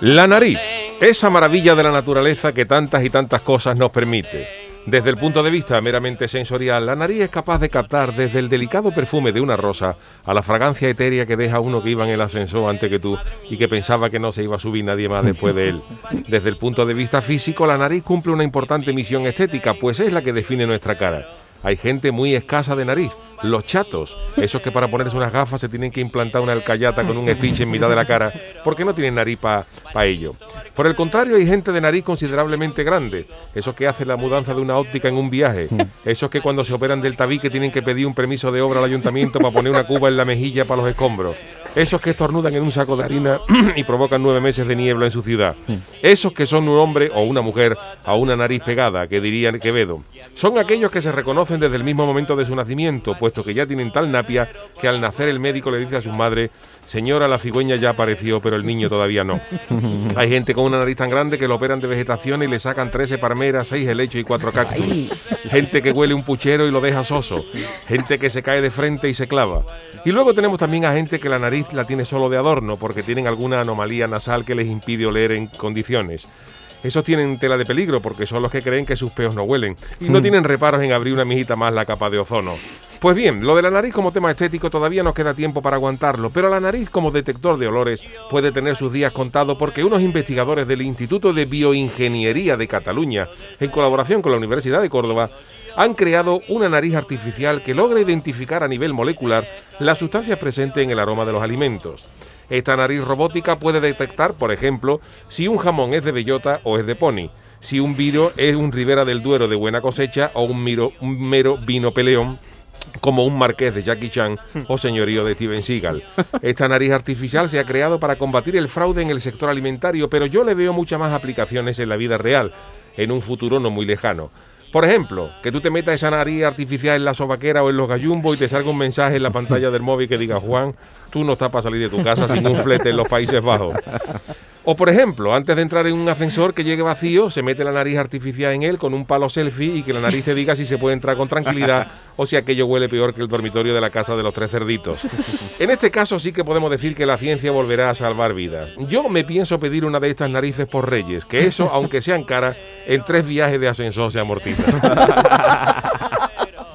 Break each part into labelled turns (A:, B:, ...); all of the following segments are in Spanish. A: La nariz, esa maravilla de la naturaleza que tantas y tantas cosas nos permite. Desde el punto de vista meramente sensorial, la nariz es capaz de captar desde el delicado perfume de una rosa a la fragancia etérea que deja uno que iba en el ascensor antes que tú y que pensaba que no se iba a subir nadie más después de él. Desde el punto de vista físico, la nariz cumple una importante misión estética, pues es la que define nuestra cara. Hay gente muy escasa de nariz, los chatos, esos que para ponerse unas gafas se tienen que implantar una alcayata con un espiche en mitad de la cara, porque no tienen nariz para ello. Por el contrario, hay gente de nariz considerablemente grande, esos que hacen la mudanza de una óptica en un viaje, esos que cuando se operan del tabique tienen que pedir un permiso de obra al ayuntamiento para poner una cuba en la mejilla para los escombros, esos que estornudan en un saco de harina y provocan nueve meses de niebla en su ciudad, esos que son un hombre o una mujer a una nariz pegada, que diría Quevedo, son aquellos que se reconocen desde el mismo momento de su nacimiento, puesto que ya tienen tal napia que al nacer el médico le dice a su madre, señora, la cigüeña ya apareció, pero el niño todavía no. Hay gente con una nariz tan grande que lo operan de vegetación y le sacan 13 palmeras, 6 helechos y 4 cactus. Gente que huele un puchero y lo deja soso. Gente que se cae de frente y se clava. Y luego tenemos también a gente que la nariz la tiene solo de adorno, porque tienen alguna anomalía nasal que les impide oler en condiciones. Esos tienen tela de peligro porque son los que creen que sus peos no huelen y no tienen reparos en abrir una mijita más la capa de ozono. Pues bien, lo de la nariz como tema estético todavía nos queda tiempo para aguantarlo, pero la nariz como detector de olores puede tener sus días contados porque unos investigadores del Instituto de Bioingeniería de Cataluña, en colaboración con la Universidad de Córdoba, han creado una nariz artificial que logra identificar a nivel molecular las sustancias presentes en el aroma de los alimentos. Esta nariz robótica puede detectar, por ejemplo, si un jamón es de bellota o es de pony, si un vino es un Ribera del Duero de buena cosecha o un, miro, un mero vino peleón como un marqués de Jackie Chan o señorío de Steven Seagal. Esta nariz artificial se ha creado para combatir el fraude en el sector alimentario, pero yo le veo muchas más aplicaciones en la vida real, en un futuro no muy lejano. Por ejemplo, que tú te metas esa nariz artificial en la sobaquera o en los gallumbos y te salga un mensaje en la pantalla del móvil que diga, Juan, tú no estás para salir de tu casa sin un flete en los Países Bajos. O por ejemplo, antes de entrar en un ascensor que llegue vacío, se mete la nariz artificial en él con un palo selfie y que la nariz te diga si se puede entrar con tranquilidad o si aquello huele peor que el dormitorio de la casa de los tres cerditos. En este caso sí que podemos decir que la ciencia volverá a salvar vidas. Yo me pienso pedir una de estas narices por Reyes, que eso, aunque sean caras, en tres viajes de ascensor se amortiza.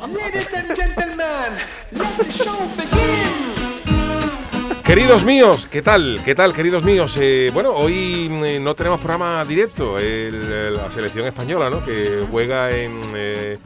B: Ladies and gentlemen, let the show begin.
A: Queridos míos, ¿qué tal? ¿Qué tal, queridos míos? Eh, bueno, hoy eh, no tenemos programa directo. El- la selección española, ¿no? Que juega en, eh,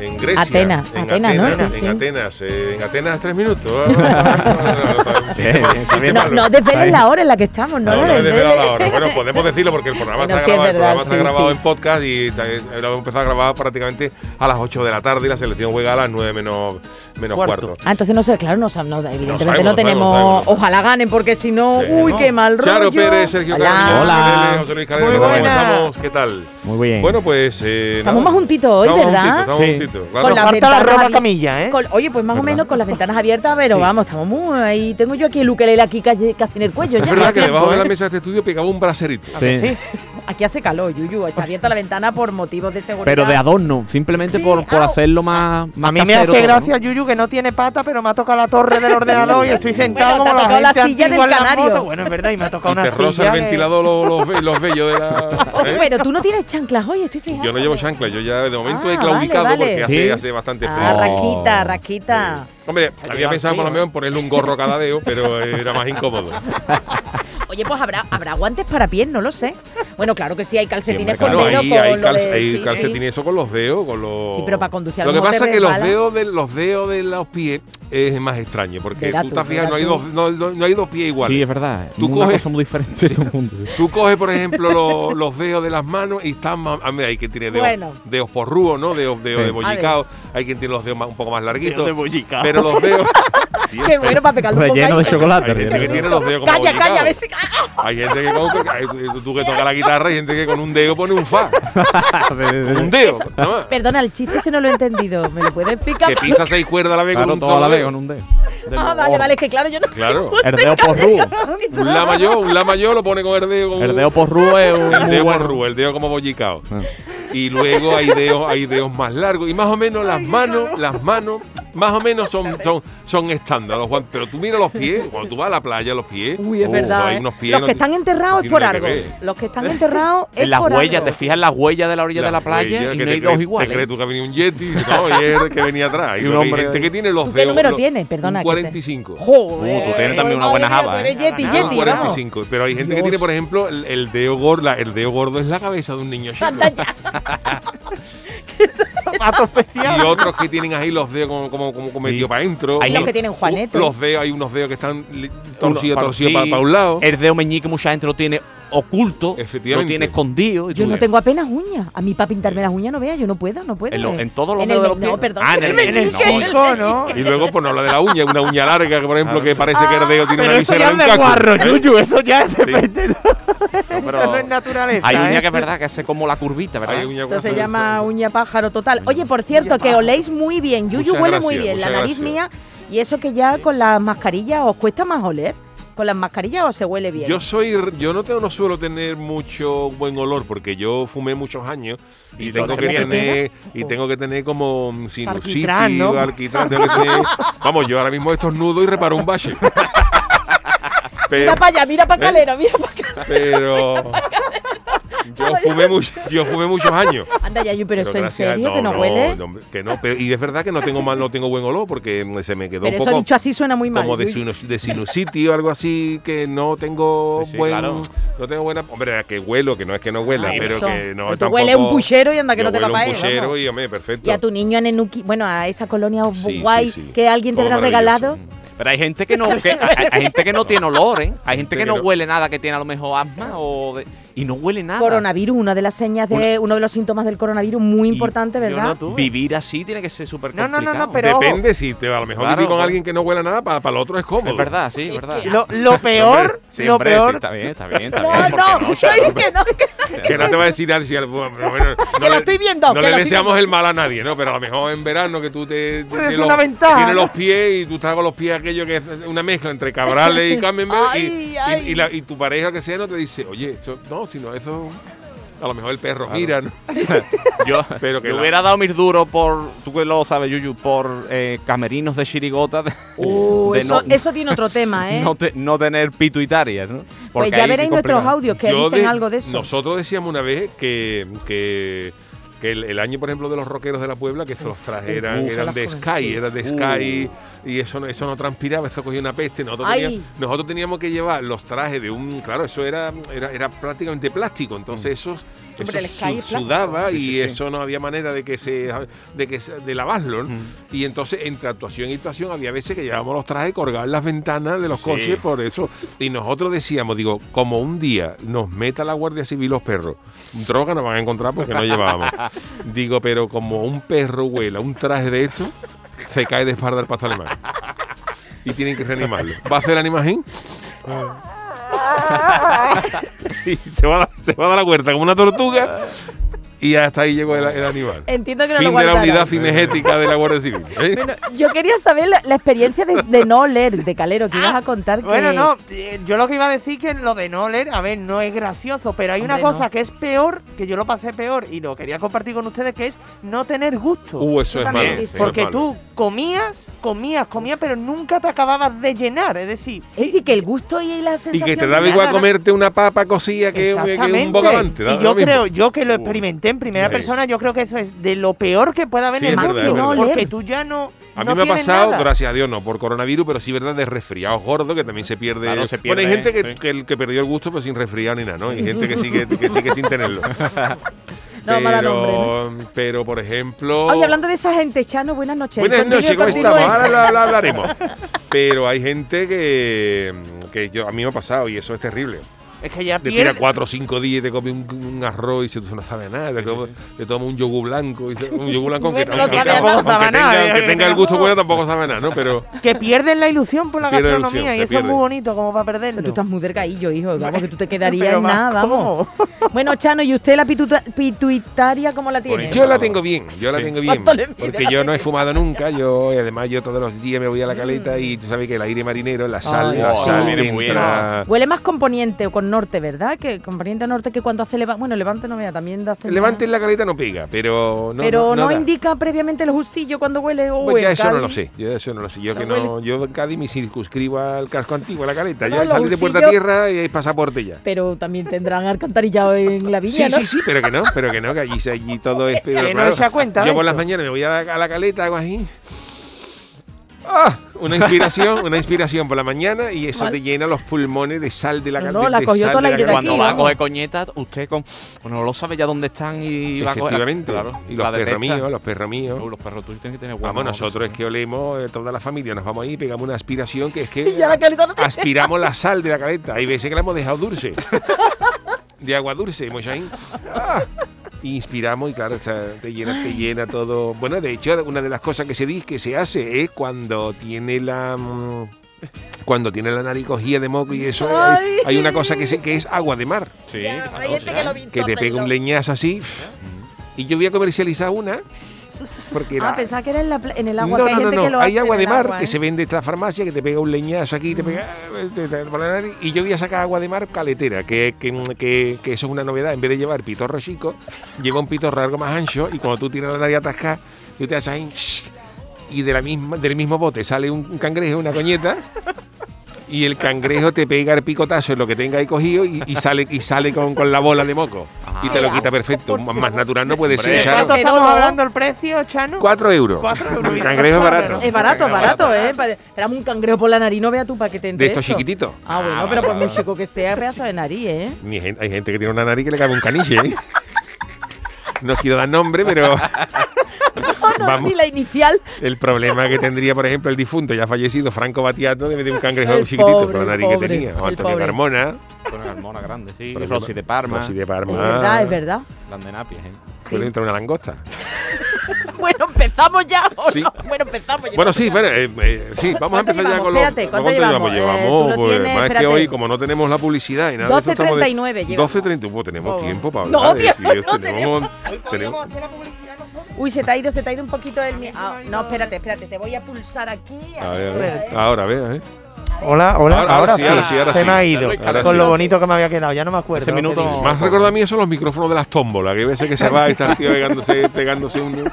A: en Grecia.
C: Atenas,
A: en
C: Atenas, ¿no?
A: Atenas,
C: Sí,
A: en
C: sí.
A: Atenas, eh, en Atenas tres minutos. No, no, no, chiste malo, chiste
C: No,
A: malo.
C: no desveles la hora en la que estamos, no,
A: No,
C: la
A: no, es de verdad
C: desveles.
A: la hora. Bueno, podemos decirlo porque el programa
C: Bueno,
A: está
C: sí, es
A: grabado, el
C: verdad,
A: programa está
C: sí,
A: grabado
C: sí.
A: en podcast y está- es- lo hemos empezado a grabar prácticamente a las 8 de la tarde y la selección juega a las 9 menos, menos
D: Cuarto.
A: cuarto.
C: Ah, entonces no sé, claro, no, sab- no, evidentemente
A: sabemos,
C: no
A: no
C: tenemos.
A: sabemos, no sabemos.
C: Ojalá ganen, porque si no,
A: Sí,
C: Oh, uy,
A: ¿no?
C: qué mal rollo.
A: Charo Pérez, Sergio
C: Hola.
A: Carrillo,
D: Hola.
A: Lele, José Luis Calero,
D: Muy
A: ¿cómo
D: buena.
A: estamos? ¿Qué tal?
D: Muy bien.
A: Bueno, pues. eh,
C: Estamos
A: nada.
C: más juntitos hoy,
A: Estamos
C: ¿verdad?
A: juntitos, estamos
D: Sí.
A: juntitos,
C: Con
A: claro.
C: la-
D: Nos falta la
C: ventana
D: ropa
C: abierta.
D: camilla, ¿eh?
C: Con- oye, pues más o
D: ¿Verdad?
C: menos con las ventanas abiertas, pero
D: Sí.
C: vamos, estamos muy ahí. Tengo yo aquí el ukelele aquí casi, casi en el cuello.
A: Es
C: ya.
A: verdad que debajo de la mesa de este estudio pegaba un
C: ¿eh?
A: braserito.
D: Sí.
C: Aquí hace calor, Yuyu. Está abierta la ventana por motivos de seguridad.
E: Pero de adorno, simplemente
C: Sí,
E: por, por
C: au.
E: hacerlo más, más
D: A mí me
E: casero
D: hace
E: todo,
D: gracia, Yuyu, que no tiene pata, pero me ha tocado la torre del ordenador y estoy sentado
C: Bueno, te ha
D: como
C: tocado la
D: gente
C: silla
D: antigua
C: del
D: en las
C: canario.
D: motos. Bueno, es verdad, y me ha tocado
A: Y
D: una
A: te
D: silla.
A: roza el
D: que-
A: ventilador los, los, ve- los vellos de la.
C: Ojo,
A: ¿eh?
C: pero tú no tienes chanclas, oye, estoy fijando.
A: Yo no llevo chancla, yo ya de momento
C: Ah,
A: he claudicado
C: vale, vale.
A: porque hace,
E: ¿Sí?
A: hace bastante frío.
C: Ah,
E: No.
C: raquita, raquita.
A: Hombre, había
D: llevar
A: pensado por lo
D: frío,
A: menos en ponerle un gorro cada deo, pero era más incómodo.
C: Oye, pues habrá, habrá guantes para pies, no lo sé. Bueno, claro que sí, hay calcetines
E: hombre, claro,
C: con dedo,
A: ahí
C: con
A: hay,
C: lo de-
A: calc- hay
C: sí, sí.
A: calcetines eso con los dedos, con los.
C: Sí, pero para conducir a
A: Lo que
C: lo mejor te
A: pasa es que los
C: resbala.
A: dedos, de, los dedos de los pies es más extraño, porque
C: Verá
A: tú
C: tú,
A: estás fijado, no hay,
C: verá
A: dos, no, no- no hay dos pies iguales.
E: Sí, es verdad.
A: Tú
E: Una
A: coges-
E: cosa muy diferente de todo el mundo.
A: Tú coges, por ejemplo, lo- los dedos de las manos y están más. Ah, mira, hay quien tiene dedos,
C: Bueno.
A: dedos porrúos, ¿no? Dedos, dedos
E: Sí.
A: de bollicao. Hay quien tiene los dedos más- un poco más larguitos.
D: bollica.
A: Pero los dedos.
C: Qué bueno para pegar un
E: Relleno de
C: bocadillo.
E: chocolate.
A: Hay gente que
E: relleno de-
A: tiene los dedos como
C: Calla, calla, a ver
A: complicados.
C: si. ¡Ah!
A: Hay gente que con, hay- tú que tocas la guitarra, hay gente que con un dedo pone un fa.
E: de- de-
A: Un dedo.
C: Eso-
A: nada más.
C: Perdona, el chiste se no lo he entendido. ¿Me lo puedes explicar?
A: Que pisa seis cuerdas a la vez
E: Claro,
A: con un
E: todo a
A: solo
E: la vez
A: dedo.
E: con un dedo.
C: Ah, vale, vale, es que claro, yo no sé.
A: Claro.
C: música.
E: El dedo porrúo.
A: Un la mayor, un la mayor lo pone con el dedo. con
E: El
A: un-
E: dedo porrúo es un.
A: El
E: muy
A: dedo
E: bueno.
A: porrúo, el dedo como bollicao.
E: Ah.
A: Y luego hay dedos, hay dedos más largos. Y más o menos las manos, las manos, más o menos son, son, son estándar, los Juan. Pero tú mira los pies, cuando tú vas a la playa, los pies.
C: Uy, es
A: Uf,
C: verdad.
A: Hay
C: ¿eh?
A: unos pies.
C: Los
A: no
C: que
A: tiene-
C: están enterrados
A: no
C: es por
A: tiene
C: algo.
A: nada que ver. ¿Eh?
C: Los que están enterrados es
F: En las
C: por
F: huellas,
C: algo.
F: te fijas en las huellas de la orilla de la
A: Las
F: playa
A: huellas
F: y
A: que
F: no
A: te
F: hay
A: crees-
F: dos iguales.
A: Te crees tú que ha venido un Yeti y dices, no, y es el que venía atrás.
E: un
A: Y lo que hay
E: hombre-
A: gente que tiene los
C: ¿Tú
A: dedos.
C: qué número
A: los-
C: tienes? Perdona.
A: Un
C: que te-
A: 45.
C: Joder.
F: Uh, tú tienes también una
C: madre
F: buena
C: mía,
F: jaba,
C: tú eres
F: ¿eh?
C: Yeti,
D: Un
C: Yeti, vamos.
A: 45. Pero hay gente que tiene, por ejemplo, el, el dedo gordo. la- El dedo gordo es la cabeza de un niño chico.
C: Anda ya.
D: Zapato
A: Y
D: especial.
A: otros que tienen ahí los dedos como, como, como, como metido para adentro.
F: Hay
C: Los que tienen juanetes.
A: Los dedos, hay unos dedos que están li-
F: Uno-
A: torcidos, torcidos
F: sí,
A: para, para un lado.
F: El dedo meñique mucha gente lo tiene oculto,
A: Efectivamente.
F: lo tiene escondido. y
C: Yo
F: tú-
C: no tengo apenas uñas. A mí para pintarme las uñas no vea, yo no puedo, no puedo.
F: En, lo-
C: eh.
F: en todos los
C: En el
F: dedos de
C: me-
F: los pies.
C: no, perdón.
F: Ah, en
C: En
F: el
C: el
F: meñique.
C: meñique.
F: no,
D: Chico, ¿no?
A: Y luego, por no hablar de la uña, una uña larga, que por ejemplo, que parece que el dedo tiene
D: Pero
A: una
D: eso
A: visera
D: ya
A: de
D: es
A: un
D: de
A: caco.
D: guarro,
A: ¿eh?
D: Yuyu. Eso ya es de
A: Sí.
D: repente.
F: no, pero
D: No es naturaleza.
F: hay uña
D: ¿eh?
F: que es verdad, que hace como la curvita, ¿verdad?
A: Hay uña
C: Eso se
A: guarra.
C: llama uña pájaro total. Oye, por cierto, que oléis muy bien. Yuyu
A: Muchas
C: huele
A: gracias,
C: muy bien, la
A: muchas
C: nariz mía.
A: gracias.
C: Y eso que ya con las mascarillas os cuesta más oler. ¿Con las mascarillas o se huele bien?
A: Yo soy, yo no tengo, no suelo tener mucho buen olor porque yo fumé muchos años y,
F: Y
A: tengo
F: todo
A: que
F: se pega.
A: tener y
C: Oh.
A: tengo que tener como mm, sinusitis,
D: Alquitrán, ¿no?
A: alquitrán, tengo que tener- vamos, yo ahora mismo estornudo y reparo un bache.
C: mira
A: Pero,
C: para allá, mira para
A: ¿Eh?
C: Calero, mira para Calero.
A: pero yo fumé mucho, yo fumé muchos años.
C: Anda ya, Yuyu, pero, eso en
A: gracias a-
C: serio, que no, huele.
A: no, que no, pero- y es verdad que no tengo mal, no tengo buen olor porque mm, se me quedó
C: pero
A: un
C: eso
A: poco
C: dicho así suena muy mal.
A: como de,
C: Yuyu.
A: sinus- de sinusitis o algo así que no tengo
F: Sí, sí,
A: buen
F: claro.
A: no tengo buena hombre que huelo que no es que no huela
C: Ah,
A: pero
C: eso.
A: que no
C: Pero tú
A: tampoco
C: hueles un puchero y anda que
A: Yo
C: no te lo
A: huelo
C: pagues,
A: un puchero
C: vamos.
A: y hombre perfecto
C: Y a tu niño a Nenuki, bueno, a esa colonia
A: Sí,
C: guay
A: sí, sí.
C: que alguien te
A: Todo
C: habrá
A: maravilloso.
C: regalado.
F: Mm. Pero hay gente que no, que- hay, hay gente que no tiene olor, ¿eh? Hay gente que no huele nada, que tiene a lo mejor asma o de- y no huele nada.
C: Ah. Coronavirus, una de las señas de uno de los síntomas del coronavirus muy
F: Y
C: importante,
D: yo no
C: ¿verdad?
D: tuve.
F: Vivir así tiene que ser súper
D: No, no,
F: complicado.
D: no, no, pero- ojo.
A: depende si te a lo mejor
F: Claro,
A: vivir con
F: pues.
A: alguien que no huela nada para, para el otro es cómodo
F: Es verdad, sí, es verdad.
D: Oh. Lo, lo peor,
F: Sí,
D: lo
F: hombre, sí,
D: peor.
F: está bien, está bien, está bien. ¿por
C: No,
F: qué
C: no,
F: Charo?
C: soy que no, que
A: que no te va a decir al si al- bueno, bueno, no
C: lo
A: le-
C: estoy viendo,
A: no
C: que
A: le
C: lo estoy
A: deseamos el mal a nadie no pero a lo mejor en verano que tú te, te-
D: Pero es
A: tienes
D: una ventaja,
A: tienes
D: ¿no?
A: los pies y tú estás con los pies aquello que es una mezcla entre cabrales y Camembert y-
C: Ay,
A: y,
C: ay.
A: y la- y tu pareja que sea no te dice oye eso- no sino eso a lo mejor el perro mira ¿no?
F: Yo,
A: Pero que
F: yo
A: la-
F: hubiera dado mis duros por, tú que lo sabes, Yuyu, por eh, camerinos de chirigota. de-
C: Uh,
F: de
C: eso,
F: no-
C: eso tiene otro tema, ¿eh?
F: no, te- no tener pituitarias, ¿no?
C: pues
F: Porque
C: ya
F: ahí
C: veréis
F: es
C: nuestros
F: complicado.
C: audios que
A: Yo
C: dicen
A: de-
C: algo de eso.
A: Nosotros decíamos una vez que, que, que el, el año, por ejemplo, de los rockeros de la Puebla, que se los trajeran,
C: uf,
A: eran
C: las
A: de
C: cosas,
A: Sky,
C: sí.
A: eran de
F: Uh.
A: Sky, y eso no, eso no transpiraba, eso cogía una peste. Nosotros,
C: Ay.
A: teníamos, nosotros teníamos que llevar los trajes de un. Claro, eso era, era, era prácticamente plástico, entonces esos.
C: Mm. Hombre, el
A: eso
C: Sky es plástico.
A: sudaba
F: Sí,
A: y
F: sí, sí.
A: eso no había manera de que se de que se- de lavarlo
F: Mm.
A: ¿no? y entonces entre actuación y actuación había veces que llevábamos los trajes colgados en las ventanas de los
F: Sí.
A: coches por eso. Y nosotros decíamos, digo, como un día nos meta la Guardia Civil los perros, droga nos van a encontrar porque no llevábamos. Digo, pero como un perro huela un traje de esto, se cae de espalda el pasto alemán. Y tienen que reanimarlo. ¿Va a hacer la animación? y se va, a, dar- se va a dar la vuelta como una tortuga. Y hasta ahí llegó el, el animal.
C: Entiendo que no
A: fin
C: lo
A: de la
C: guardaron.
A: unidad cinegética de la Guardia Civil. ¿eh?
C: Bueno, yo quería saber la, la experiencia de, de no oler, de Calero, que ibas
A: Ah,
C: a contar que...
D: Bueno, no, eh, yo lo que iba a decir que lo de no oler, a ver, no es gracioso, pero hay una
C: Hombre,
D: cosa
C: no.
D: que es peor, que yo lo pasé peor y lo quería compartir con ustedes, que es no tener gusto.
A: Uh, eso es malo.
C: Totalmente.
A: eso es
D: Porque
A: malo.
D: tú comías, comías, comías, pero nunca te acababas de llenar. Es decir,
C: Es decir, que el gusto y la sensación...
A: Y que te
C: de
A: daba
C: la-
A: igual
D: nada.
A: comerte una papa cocida que, un- que un bogavante. da
D: Y
A: lo
D: yo
A: mismo. Uh.
D: creo, yo que lo experimenté en primera
A: Sí.
D: persona, yo creo que eso es de lo peor que pueda haber
A: Sí,
D: en el
A: es verdad,
D: mundo.
A: es verdad.
D: Porque tú ya no.
A: A mí
D: no
A: me ha
D: tienes
A: pasado,
D: nada.
A: gracias a Dios, no por coronavirus, pero sí, verdad, de resfriados gordos que también se pierde.
F: Claro, se
A: bueno, hay
F: pierde,
A: gente que,
F: sí.
A: que, el- que perdió el gusto, pero sin resfriado ni nada, ¿no? Hay gente que sigue, que sigue sin tenerlo.
C: No, mala
A: pero, pero, por ejemplo.
C: Oye, hablando de esa gente, Chano, buenas noches.
A: Buenas
C: Continúe,
A: noches, ¿cómo
C: continúe.
A: estamos? Ahora lo, lo hablaremos. Pero hay gente que, que yo, a mí me ha pasado y eso es terrible.
D: Es que ya
A: Te tira
D: pierde.
A: cuatro o cinco días y te come un, un arroz y se, tú no sabes nada. Te, come- te toma un yogur blanco. y se- un yogur blanco aunque,
C: Bueno, no
A: aunque-
C: sabe
A: aunque-
C: nada.
A: aunque
D: Sabe
A: tenga,
D: nada,
A: aunque
D: eh,
A: tenga el
D: no.
A: gusto bueno, tampoco sabe nada, ¿no? Pero
D: Que pierden la ilusión por la
A: Pierde la ilusión,
D: gastronomía y
A: te
D: eso es
A: pierde.
D: muy bonito como para
C: Pero
D: perderlo.
C: tú estás muy delgadillo, hijo. Vamos, que tú te quedarías
D: Pero
C: en
D: más,
C: nada, vamos. Bueno, Chano, ¿y usted la pituta- pituitaria cómo la tiene?
A: Pues yo la tengo bien, yo la
F: Sí.
A: tengo bien.
C: ¿Cuánto le mide
A: Porque
C: la
A: yo no he fumado nunca, yo y además yo todos los días me voy a la caleta y tú sabes que el aire marinero, la sal,
C: Ay,
A: la
C: sí.
A: sal
F: Viene muy bien.
A: entra-
C: Huele más con poniente o con norte, ¿verdad? Que con poniente norte que cuando hace levante. Bueno, levante no vea, también da señal.
A: Levante en la caleta no pega, pero no
C: Pero no,
A: nada.
C: indica previamente el justillo cuando huele. o
A: Pues ya
C: en
A: eso no
C: Cádiz.
A: lo sé, yo eso no lo sé. Yo
C: No
A: que no, yo en Cádiz me circunscribo al casco antiguo, a la caleta.
C: No,
A: ya
C: los
A: salí de Puerta
C: bolsillos-
A: Tierra y hay pasaporte ya.
C: Pero también tendrán alcantarillado en la
A: Sí,
C: viña, ¿no?
A: sí, sí, pero que no, pero que no, que allí, allí todo es peor.
D: Que no se da cuenta
A: Yo
D: de
A: por las
D: esto.
A: mañanas me voy a la, a la caleta, hago así. ¡Ah! Una inspiración, una inspiración por la mañana y eso te llena los pulmones de sal de la
C: No,
A: cal-
C: no,
A: de-
C: la
A: de
C: cogió
A: sal
C: todo
A: de
C: el aire de
F: Cuando
C: aquí,
F: va a
C: vamos.
F: coger coñetas, usted con, bueno, lo sabe ya dónde están y va a coger.
A: Efectivamente.
F: Claro,
A: y los
F: la
A: perros
F: detecta.
A: míos, los perros míos.
F: Uh, los perros tuyos tienen que tener huevos.
A: Vamos, nosotros es que olemos, eh, toda la familia, nos vamos ahí, pegamos una aspiración que es que
C: Y ya la caleta no tiene.
A: aspiramos la sal de la caleta. Hay veces que la hemos dejado dulce, de agua dulce, hemos ahí, ah, inspiramos y claro, está- te llena, te llena todo. Bueno, de hecho, una de las cosas que se dice que se hace es cuando tiene la... mm, cuando tiene la nariz cogida de moco y eso, hay,
C: Ay.
A: hay una cosa que, se- que es agua de mar,
F: Sí,
C: Ya,
F: claro,
C: hay gente
F: sí.
C: que lo vi
A: que te
C: todo
A: pega
C: pelo.
A: un leñazo así. Y yo voy a comercializar una, porque
C: Ah,
A: la-
C: pensaba que era en, la pla- en el agua.
A: no,
C: que hay
A: no,
C: gente
A: no,
C: que lo
A: hay
C: hace
A: agua
C: en
A: de
C: el
A: mar
C: agua,
A: que
C: ¿eh?
A: se vende en la farmacia, que te pega un leñazo aquí, te pega eh, te- te- por la nariz, y yo voy a sacar agua de mar caletera, que, que, que- que eso es una novedad. En vez de llevar pitorro chico, lleva un pitorro algo más ancho y cuando tú tienes la nariz atascada, tú te haces ahí, y de la misma, del mismo bote sale un, un cangrejo, una coñeta. Y el cangrejo te pega el picotazo en lo que tenga ahí cogido y, y sale y sale con, con la bola de moco.
F: Ah.
A: y te lo quita perfecto. Más más natural no puede
F: Hombre.
A: ser,
D: ¿Cuánto
A: Charo.
C: Pero
D: estamos
C: no.
D: hablando el precio, Chano?
A: Cuatro euros.
D: Cuatro euros.
A: El cangrejo es barato.
C: Es barato, barato, ¿eh? Pa- Éramos un cangrejo por la nariz, no vea tú para que te entre
A: De estos
C: eso.
A: chiquititos.
C: Ah, bueno,
F: Ah,
C: pero por
F: vale,
C: muy chico que sea, pedazo de nariz, ¿eh?
A: Ni gen- hay gente que tiene una nariz que le cabe un caniche, ¿eh? No quiero dar nombre, pero
C: Ah, No, no,
A: Vamos. Ah.
C: ni la inicial.
A: el problema que tendría, por ejemplo, el difunto ya fallecido, Franco Batiato, debe de un cangrejo
C: El
A: chiquitito
C: pobre,
A: por
C: el
A: la nariz
C: pobre,
A: que tenía. O
C: el
A: Antonio
C: pobre.
A: Carmona.
F: Con el hormona grande, sí.
A: por ejemplo,
F: Rosy de Parma.
A: Rosy de
C: Es
A: Parma.
C: verdad, es verdad.
F: Landenapia, ¿eh?
C: Sí.
A: Puede entrar una langosta.
C: Bueno, empezamos ya. ¿o
A: Sí.
C: Oh, no? Bueno, empezamos ya.
A: Bueno, sí, bueno, eh, eh, sí, vamos a
C: ¿Cuánto
A: empezar ya
C: llevamos?
A: con los...
C: Espérate, ¿cuánto
A: llevamos?
C: llevamos? Eh,
A: Llevamos,
C: tú lo
A: pues,
C: tienes,
A: más que
C: espérate.
A: hoy, como no tenemos la publicidad y nada... de eso, estamos de-
C: 12.39 llevamos.
A: 12.39, pues tenemos
C: Por favor.
A: tiempo para
C: No,
A: hablar. eh,
C: tío,
A: sí,
C: no
A: tenemos-
C: tenemos.
A: tenemos-
C: Uy, se te ha ido, se te ha ido un poquito el... mi- ah, no, espérate, espérate, te voy a pulsar aquí.
A: A ver, a ver. Ahora, eh. a ver, a ver.
D: Hola,
A: Ahora-
D: hola. Ahora,
A: ahora sí,
D: sí,
A: ahora sí, ahora
D: se
A: sí.
D: me ha ido.
A: Ahora
D: con
A: sí.
D: lo bonito que me había quedado, ya no me acuerdo.
F: Ese
D: lo que
F: minuto
C: Oh,
D: dije.
F: no-
A: Más recuerda a mí eso los micrófonos de las tómbolas, que hay veces que se va y está el tío pegándose, pegándose un...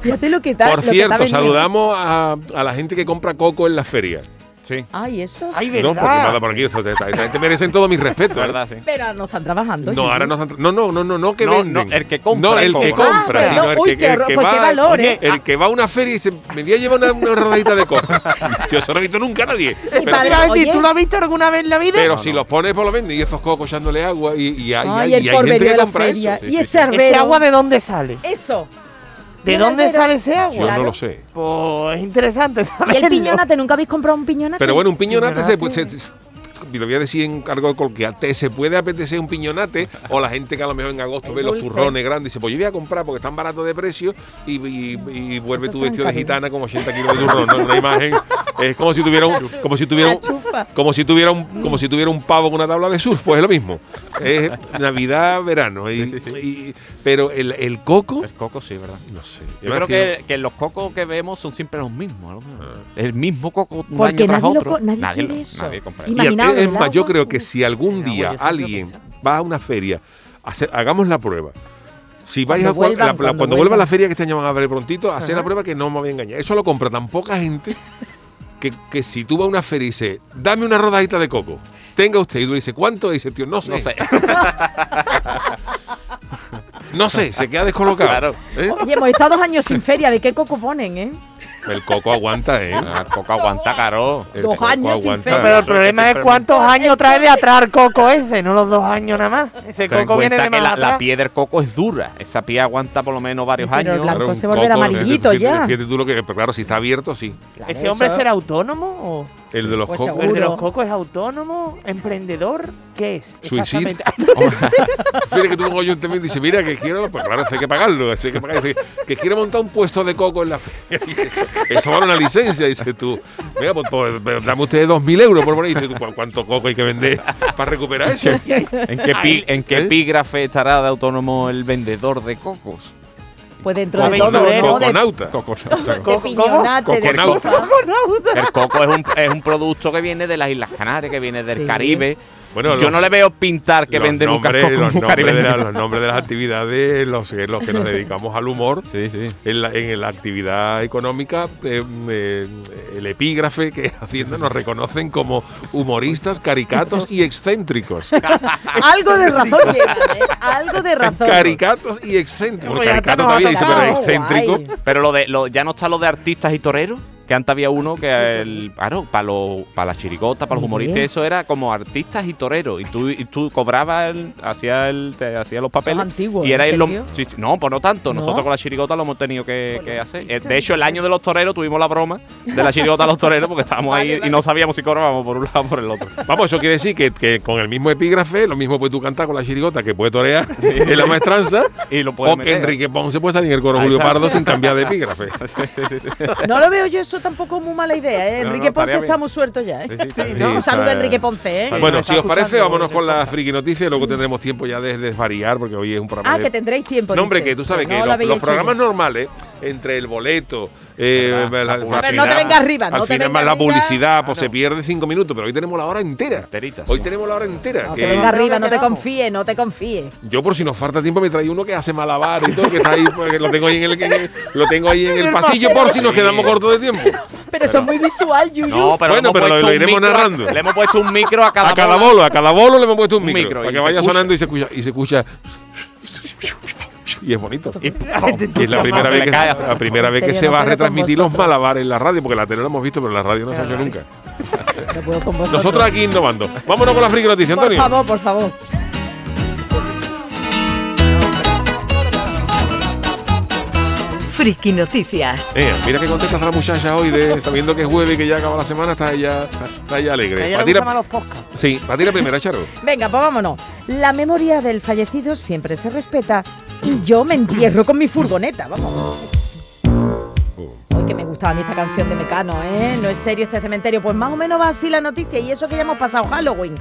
C: Fíjate lo que tal.
A: Por cierto, saludamos a, a la gente que compra coco en las ferias.
F: Sí.
C: Ay, eso.
D: Ay,
A: No,
D: ¿verdad?
A: porque nada por aquí. esto- Esta esta gente merecen todo mi respeto. ¿eh?
F: ¿Verdad? Sí.
C: Pero no están trabajando. Ah,
A: No,
C: yo.
A: ahora no están- No, no, no, no, no que
F: No,
A: venden.
F: no, el que compra
A: No, el
F: el
A: que
F: coco.
C: Ah,
A: compra,
C: perdón.
A: sino el
C: Uy,
A: que,
C: qué
A: el
C: horror,
A: que
C: pues
A: va.
C: qué valor,
A: oye,
C: ¿eh?
A: El que va a una feria y dice, me voy a llevar una, una rodadita de coco. Yo eso no he visto nunca a nadie. Pero,
C: padre-
D: ¿Sabes si
C: Oye.
D: ¿Tú lo has visto alguna vez en la vida?
A: pero si los pones por lo venden y esos cocos echándole agua y, y hay,
C: Ay,
A: y hay
C: el
A: gente
C: porvenir
A: que
C: de la
A: compra
C: feria.
A: eso. Sí,
C: y
A: sí, sí. Este
C: ese herbero.
D: ¿Ese agua de dónde sale?
C: Eso.
D: ¿De
C: el
D: dónde
C: albero.
D: sale ese
A: Yo
D: agua?
A: no
C: Claro.
A: lo sé.
D: Pues es interesante
C: Y el
D: saberlo.
C: piñonate, ¿nunca habéis comprado un piñonate?
A: Pero bueno, un piñonate se,
D: Piñonate.
A: se- se- y lo voy a decir en algo colquiate, se puede apetecer un piñonate o la gente que a lo mejor en agosto
C: Es
A: ve los
C: dulce.
A: turrones grandes y dice, pues yo voy a comprar porque están baratos de precio y, y- y vuelve
C: Eso
A: tu
C: son
A: vestido de
C: caducos.
A: gitana con 80 kilos de turrón, ¿no? una imagen, es como si tuviera un, como si tuviera un,
C: La chufa.
A: como si tuviera un, como si tuviera un pavo con una tabla de surf, pues es lo mismo, es Navidad, verano, y,
F: Sí, sí, sí.
A: y- pero el, el coco,
F: El coco sí, ¿verdad?
A: no sé,
F: Yo creo que, que los cocos que vemos son siempre los mismos. a lo mejor.
A: Ah.
F: El mismo coco un
C: Porque
F: año tras
C: nadie lo
F: otro.
C: co- nadie quiere
F: lo-
C: eso.
F: nadie compra
C: Y
F: eso.
A: Y al- es
C: Imaginado, el
A: más, yo
C: agua.
A: creo que si algún
D: Agua,
A: día
D: yo siempre lo
A: alguien
D: pensaba.
A: va a una feria, hace- hagamos la prueba. Si vais
C: Cuando
A: a cual- la- la-
C: vuelvan,
A: cuando,
C: cuando
A: vuelva
C: vuelvan.
A: la feria que este año van a abrir prontito, hacer la prueba que no me voy a engañar. Eso lo compra tan poca gente que, que si tú vas a una feria y dices, dame una rodadita de coco, tenga usted, y tú le dices, ¿cuánto? Y dice, tío, no sé.
F: No sé.
A: No sé, se queda descolocado.
F: Claro.
A: ¿Eh?
C: Oye, hemos estado dos años sin feria. ¿De qué coco ponen, eh?
A: El coco aguanta, ¿eh?
F: Ah, El coco aguanta, caro.
A: El
C: Dos
A: coco
C: años sin
A: aguanta.
C: feria.
D: Pero el
F: Eso es
D: problema
F: que
D: es
F: te
D: cuántos años trae de atrás el coco ese, no los dos años nada más. Ese
F: Ten en
D: coco viene
F: cuenta
D: de
F: que
D: más
F: la,
D: atrás.
F: la piel del coco es dura. Esa piel aguanta por lo menos varios
C: Pero
F: años.
C: blanco.
A: Claro, un
C: se volverá
A: coco,
C: amarillito
A: fíjate-
C: ya.
A: Fíjate tú lo que, pero claro, si está abierto, sí.
C: Claro,
D: ¿Ese hombre
C: eso-
D: será autónomo o...?
A: El de los
C: Pues
A: cocos.
C: seguro.
D: ¿El de los cocos es autónomo? ¿Emprendedor? ¿Qué es?
A: Suicida.
D: exactamente?
A: Fíjate que tú un oyente también dice, mira que quiero, pues claro, eso hay que pagarlo, eso hay que pagar. Dice, que quiero montar un puesto de coco en la feria. Eso vale una licencia, dice tú. Venga, pues, pues, pues, dame ustedes dos mil euros por poner. Dice tú, "¿Cu- ¿cuánto coco hay que vender para recuperar eso?
F: ¿En qué, pi- en qué
A: ¿Eh?
F: epígrafe estará de autónomo el vendedor de cocos?
C: Pues dentro de todo,
D: Coco-
C: ¿no? De,
A: Coconauta.
C: de piñonate, de
A: Coconauta.
C: cosas.
F: El coco es un, es un producto que viene de las Islas Canarias, que viene del
C: Sí.
F: Caribe.
A: Bueno,
F: Yo
A: los-
F: no le veo pintar que
A: los
F: venden un
A: nombres-
F: casco con
A: los
F: un
A: nombres de
F: caribeño.
A: la- Los nombres de las actividades, los, que- los que nos dedicamos al humor,
E: Sí, sí.
A: en la, en la actividad económica, eh, eh, el epígrafe que Hacienda nos reconocen como humoristas, caricatos y excéntricos.
C: Algo de razón llevan, ¿eh? Algo de razón.
A: Caricatos y excéntricos.
D: Pues ya
A: caricato
D: estamos
A: todavía dice, pero
C: atacados,
A: excéntrico.
C: Oh, guay.
F: Pero lo de, lo- ya no está lo de artistas y toreros. Que antes había uno que, el, ah, claro, para para las chirigotas, para los humoristas,
C: Bien.
F: eso era como artistas y toreros. Y tú, y tú cobrabas, el- hacía el, te hacía los papeles.
C: antiguo,
F: y
C: ¿en
F: era el-
C: serio?
F: sí, sí, No, pues no tanto.
C: ¿No?
F: Nosotros con la chirigota lo hemos tenido que,
C: Con
F: que
C: los
F: hacer. Eh,
C: artistas
F: De hecho, el año de los toreros tuvimos la broma de la chirigota a los toreros porque estábamos ahí
C: Vale,
F: y
C: vale.
F: no sabíamos si cobrábamos por un lado o por el otro.
A: Vamos, eso quiere decir que, que con el mismo epígrafe, lo mismo puede tú cantar con la chirigota que puede torear en la maestranza.
F: Y lo puedes
A: O que
F: meter.
A: Enrique Ponce puede salir en el coro
F: Ahí
A: Julio
F: está.
A: Pardo sin cambiar de epígrafe.
C: No lo veo yo eso tampoco muy mala idea, ¿eh?
F: No,
C: Enrique
F: no,
C: Ponce
F: estaría
C: está
F: bien.
C: muy suelto ya, ¿eh?
A: ¿no?
C: Un saludo a Enrique Ponce, ¿eh?
A: Ah, Bueno,
D: nos
A: si
D: está
A: os parece,
D: escuchando
A: vámonos con
D: en el
A: la
D: podcast.
A: friki noticia y luego tendremos tiempo ya de desvariar porque hoy es un programa
C: Ah,
A: de-
C: que tendréis tiempo.
A: No, hombre,
C: dice.
A: que tú sabes
C: No
A: que
C: lo
A: los,
C: habéis
A: los
C: hecho
A: programas
C: ya.
A: normales, entre el boleto, eh,
F: Verdad,
A: la-
F: la
A: al
C: No te
A: final-
C: vengas arriba, no
A: al
C: te
A: final
C: vengas
A: más la
C: arriba. Ah,
A: publicidad, pues se pierde cinco minutos, pero hoy tenemos la hora entera.
F: Enterita,
A: hoy
F: sí.
A: tenemos la hora entera.
C: No
A: que
C: te venga arriba, no
D: no
C: te
D: quedamos.
C: confíes, no te confíes.
A: yo por si nos falta tiempo me traí uno que hace malabar y todo, que está ahí, porque lo tengo ahí en el, en el- lo tengo ahí en el pasillo por si nos quedamos cortos de tiempo.
C: Pero eso es muy visual, Yuyu.
F: No,
A: Bueno,
F: pero, le
A: pero lo-
F: hemos puesto
A: lo
F: un
A: iremos
F: micro a-
A: narrando.
F: Le hemos puesto un micro a cada,
A: A cada
F: bola.
A: bolo, a cada bolo le hemos puesto un
F: Un
A: micro,
F: micro,
A: para
F: y
A: que
F: se
A: vaya
F: escucha.
A: sonando y se escucha. Y se escucha y es bonito.
F: Y-
A: Y es la primera
F: Se
A: vez
F: le
A: que,
F: cae.
A: la primera
C: En
A: vez que
C: serio,
A: se
C: no
A: va a
C: puedo con
A: retransmitir los
C: vosotros.
A: malabares en la radio, porque la tele lo hemos visto, pero en la radio no se ha hecho nunca.
C: No puedo con vosotros.
A: Nosotros aquí innovando. Vámonos con la friki noticia,
C: Por
A: Antonio.
C: favor, por favor.
G: Friki Noticias.
A: Eh, mira que contestas a la muchacha hoy, de, sabiendo que es jueves y que ya acaba la semana, está ella, está ella
D: A
A: alegre. Pa'
D: ella le gustan
A: Pues tira-
D: más los podcasts.
A: sí, para tira primera, Charo.
C: Venga, pues vámonos. La memoria del fallecido siempre se respeta y yo me entierro con mi furgoneta, vamos. Uy, que me gustaba a mí esta canción de Mecano, ¿eh? No es serio este cementerio. Pues más o menos va así la noticia y eso que ya hemos pasado Halloween.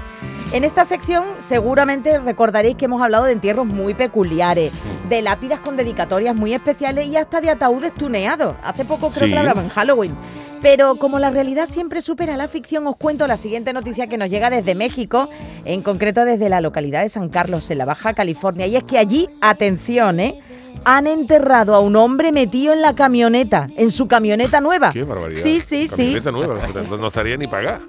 C: En esta sección seguramente recordaréis que hemos hablado de entierros muy peculiares, de lápidas con dedicatorias muy especiales y hasta de ataúdes tuneados. Hace poco creo
A: Sí.
C: que hablamos en Halloween. Pero como la realidad siempre supera la ficción, os cuento la siguiente noticia que nos llega desde México, en concreto desde la localidad de San Carlos, en la Baja California. Y es que allí, atención, ¿eh? han enterrado a un hombre metido en la camioneta, en su camioneta nueva.
A: Qué barbaridad.
C: Ah. Sí, sí, sí.
A: Camioneta nueva, no no estaría ni pagada.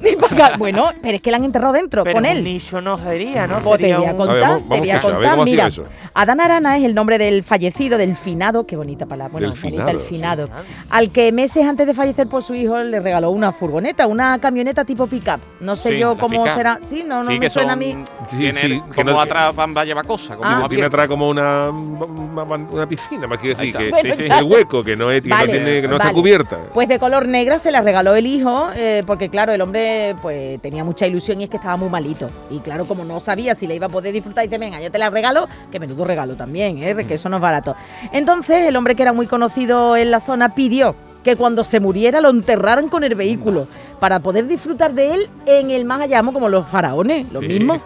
C: Bueno, pero es que la han enterrado dentro,
D: Pero
C: con
D: un
C: él.
D: nicho no sería, ¿no?
C: Pues te
D: Sería
C: voy a
D: un-
C: contar,
A: A ver, vamos-
C: te voy
A: vamos,
C: a
A: Sasha, a ver
C: contar.
A: cómo ha sido
C: Mira,
A: eso.
C: Adán Arana es el nombre del fallecido, del finado, qué bonita palabra, bueno,
A: Del
C: bonita, el
A: finado,
C: finado, al que meses antes de fallecer por su hijo le regaló una furgoneta, una camioneta tipo pickup. No sé
F: Sí,
C: yo
F: la
C: cómo
F: pick-up.
C: será, sí, no, no
F: sí,
C: me
F: que
C: suena
F: son,
C: a mí.
A: Sí,
F: tiene-
A: sí, que
F: como
A: no-
F: atrás van va a llevar cosas. Como
C: Ah.
F: va
A: Tiene
F: abierto.
A: atrás como una, una, una piscina, más quiero decir,
F: Ahí está.
A: que
C: Bueno,
A: sí, sí,
C: ya,
A: el
C: ya.
A: hueco, que no, es, que no
C: Vale,
A: tiene- que no está
C: vale.
A: cubierta.
C: Pues de color negra se la regaló el hijo, eh, porque claro, el hombre pues tenía mucha ilusión y es que estaba muy malito. Y claro, como no sabía si le iba a poder disfrutar, dice, venga, yo te la regalo, que menudo regalo también, eh, que eso no es barato. Entonces, el hombre que era muy conocido en la zona pidió que cuando se muriera lo enterraran con el vehículo para poder disfrutar de él en el más allá, vamos, como los faraones, lo
F: Sí.
C: mismo.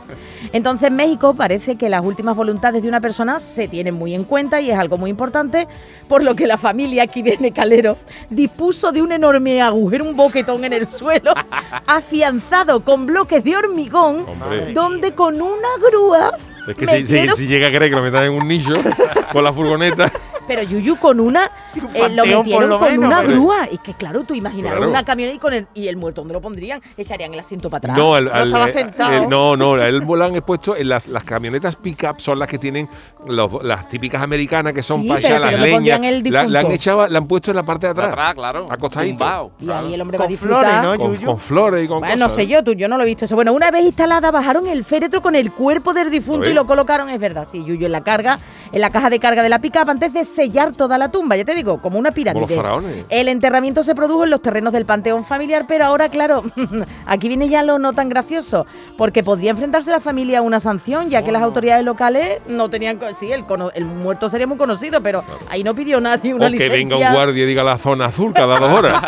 C: Entonces, en México parece que las últimas voluntades de una persona se tienen muy en cuenta y es algo muy importante, por lo que la familia, aquí viene Calero, dispuso de un enorme agujero, un boquetón en el suelo, afianzado con bloques de hormigón,
A: Hombre,
C: donde con una grúa
A: es que si, si-
C: metieron,
A: si llega a creer que lo metan en un nicho con la furgoneta,
C: pero Yuyu con una, eh, lo
D: panteón, por
C: metieron
D: lo
C: con
D: menos,
C: una
A: hombre.
C: grúa. Es que claro, tú imaginas
A: Claro.
C: una camioneta y, con el, y el muerto, ¿dónde lo pondrían? Echarían el asiento para atrás.
A: no, al,
D: No
A: al-
D: estaba
A: eh,
D: sentado.
A: el- no, no, a él lo han expuesto en las, las camionetas pick-up, son las que tienen los- las típicas americanas que son
C: Sí,
A: para
C: pero
A: allá,
C: que
A: las
C: lo pondrían
A: leñas, la,
C: el
A: la han
C: difunto.
A: echado, la han puesto en la parte de
F: De
A: atrás,
F: atrás, claro.
A: Acostadito.
F: tumbado.
C: y ahí el hombre va a
D: Con
C: disfrutar.
D: flores, ¿no,
A: con,
D: Yuyu?
A: con flores y con
C: Bueno, no
A: cosas. ¿eh?
C: sé yo, tú, yo no lo he visto eso. Bueno, una vez instalada, bajaron el féretro con el cuerpo del
A: A
C: difunto
A: ver.
C: y lo colocaron, es verdad, sí, Yuyo, en la carga, en la caja de carga de la pick-up antes de sellar toda la tumba, ya te digo, como una
A: Como los
C: pirámide.
A: faraones.
C: El enterramiento se produjo en los terrenos del panteón familiar, pero ahora, claro, aquí viene ya lo no tan gracioso, porque podría enfrentarse la familia a una sanción, ya que
A: Oh.
C: las autoridades locales no tenían. co- Sí, el, cono- el muerto sería muy conocido, pero ahí no pidió nadie una
A: O que
C: licencia.
A: venga un guardia y diga la zona azul cada dos horas.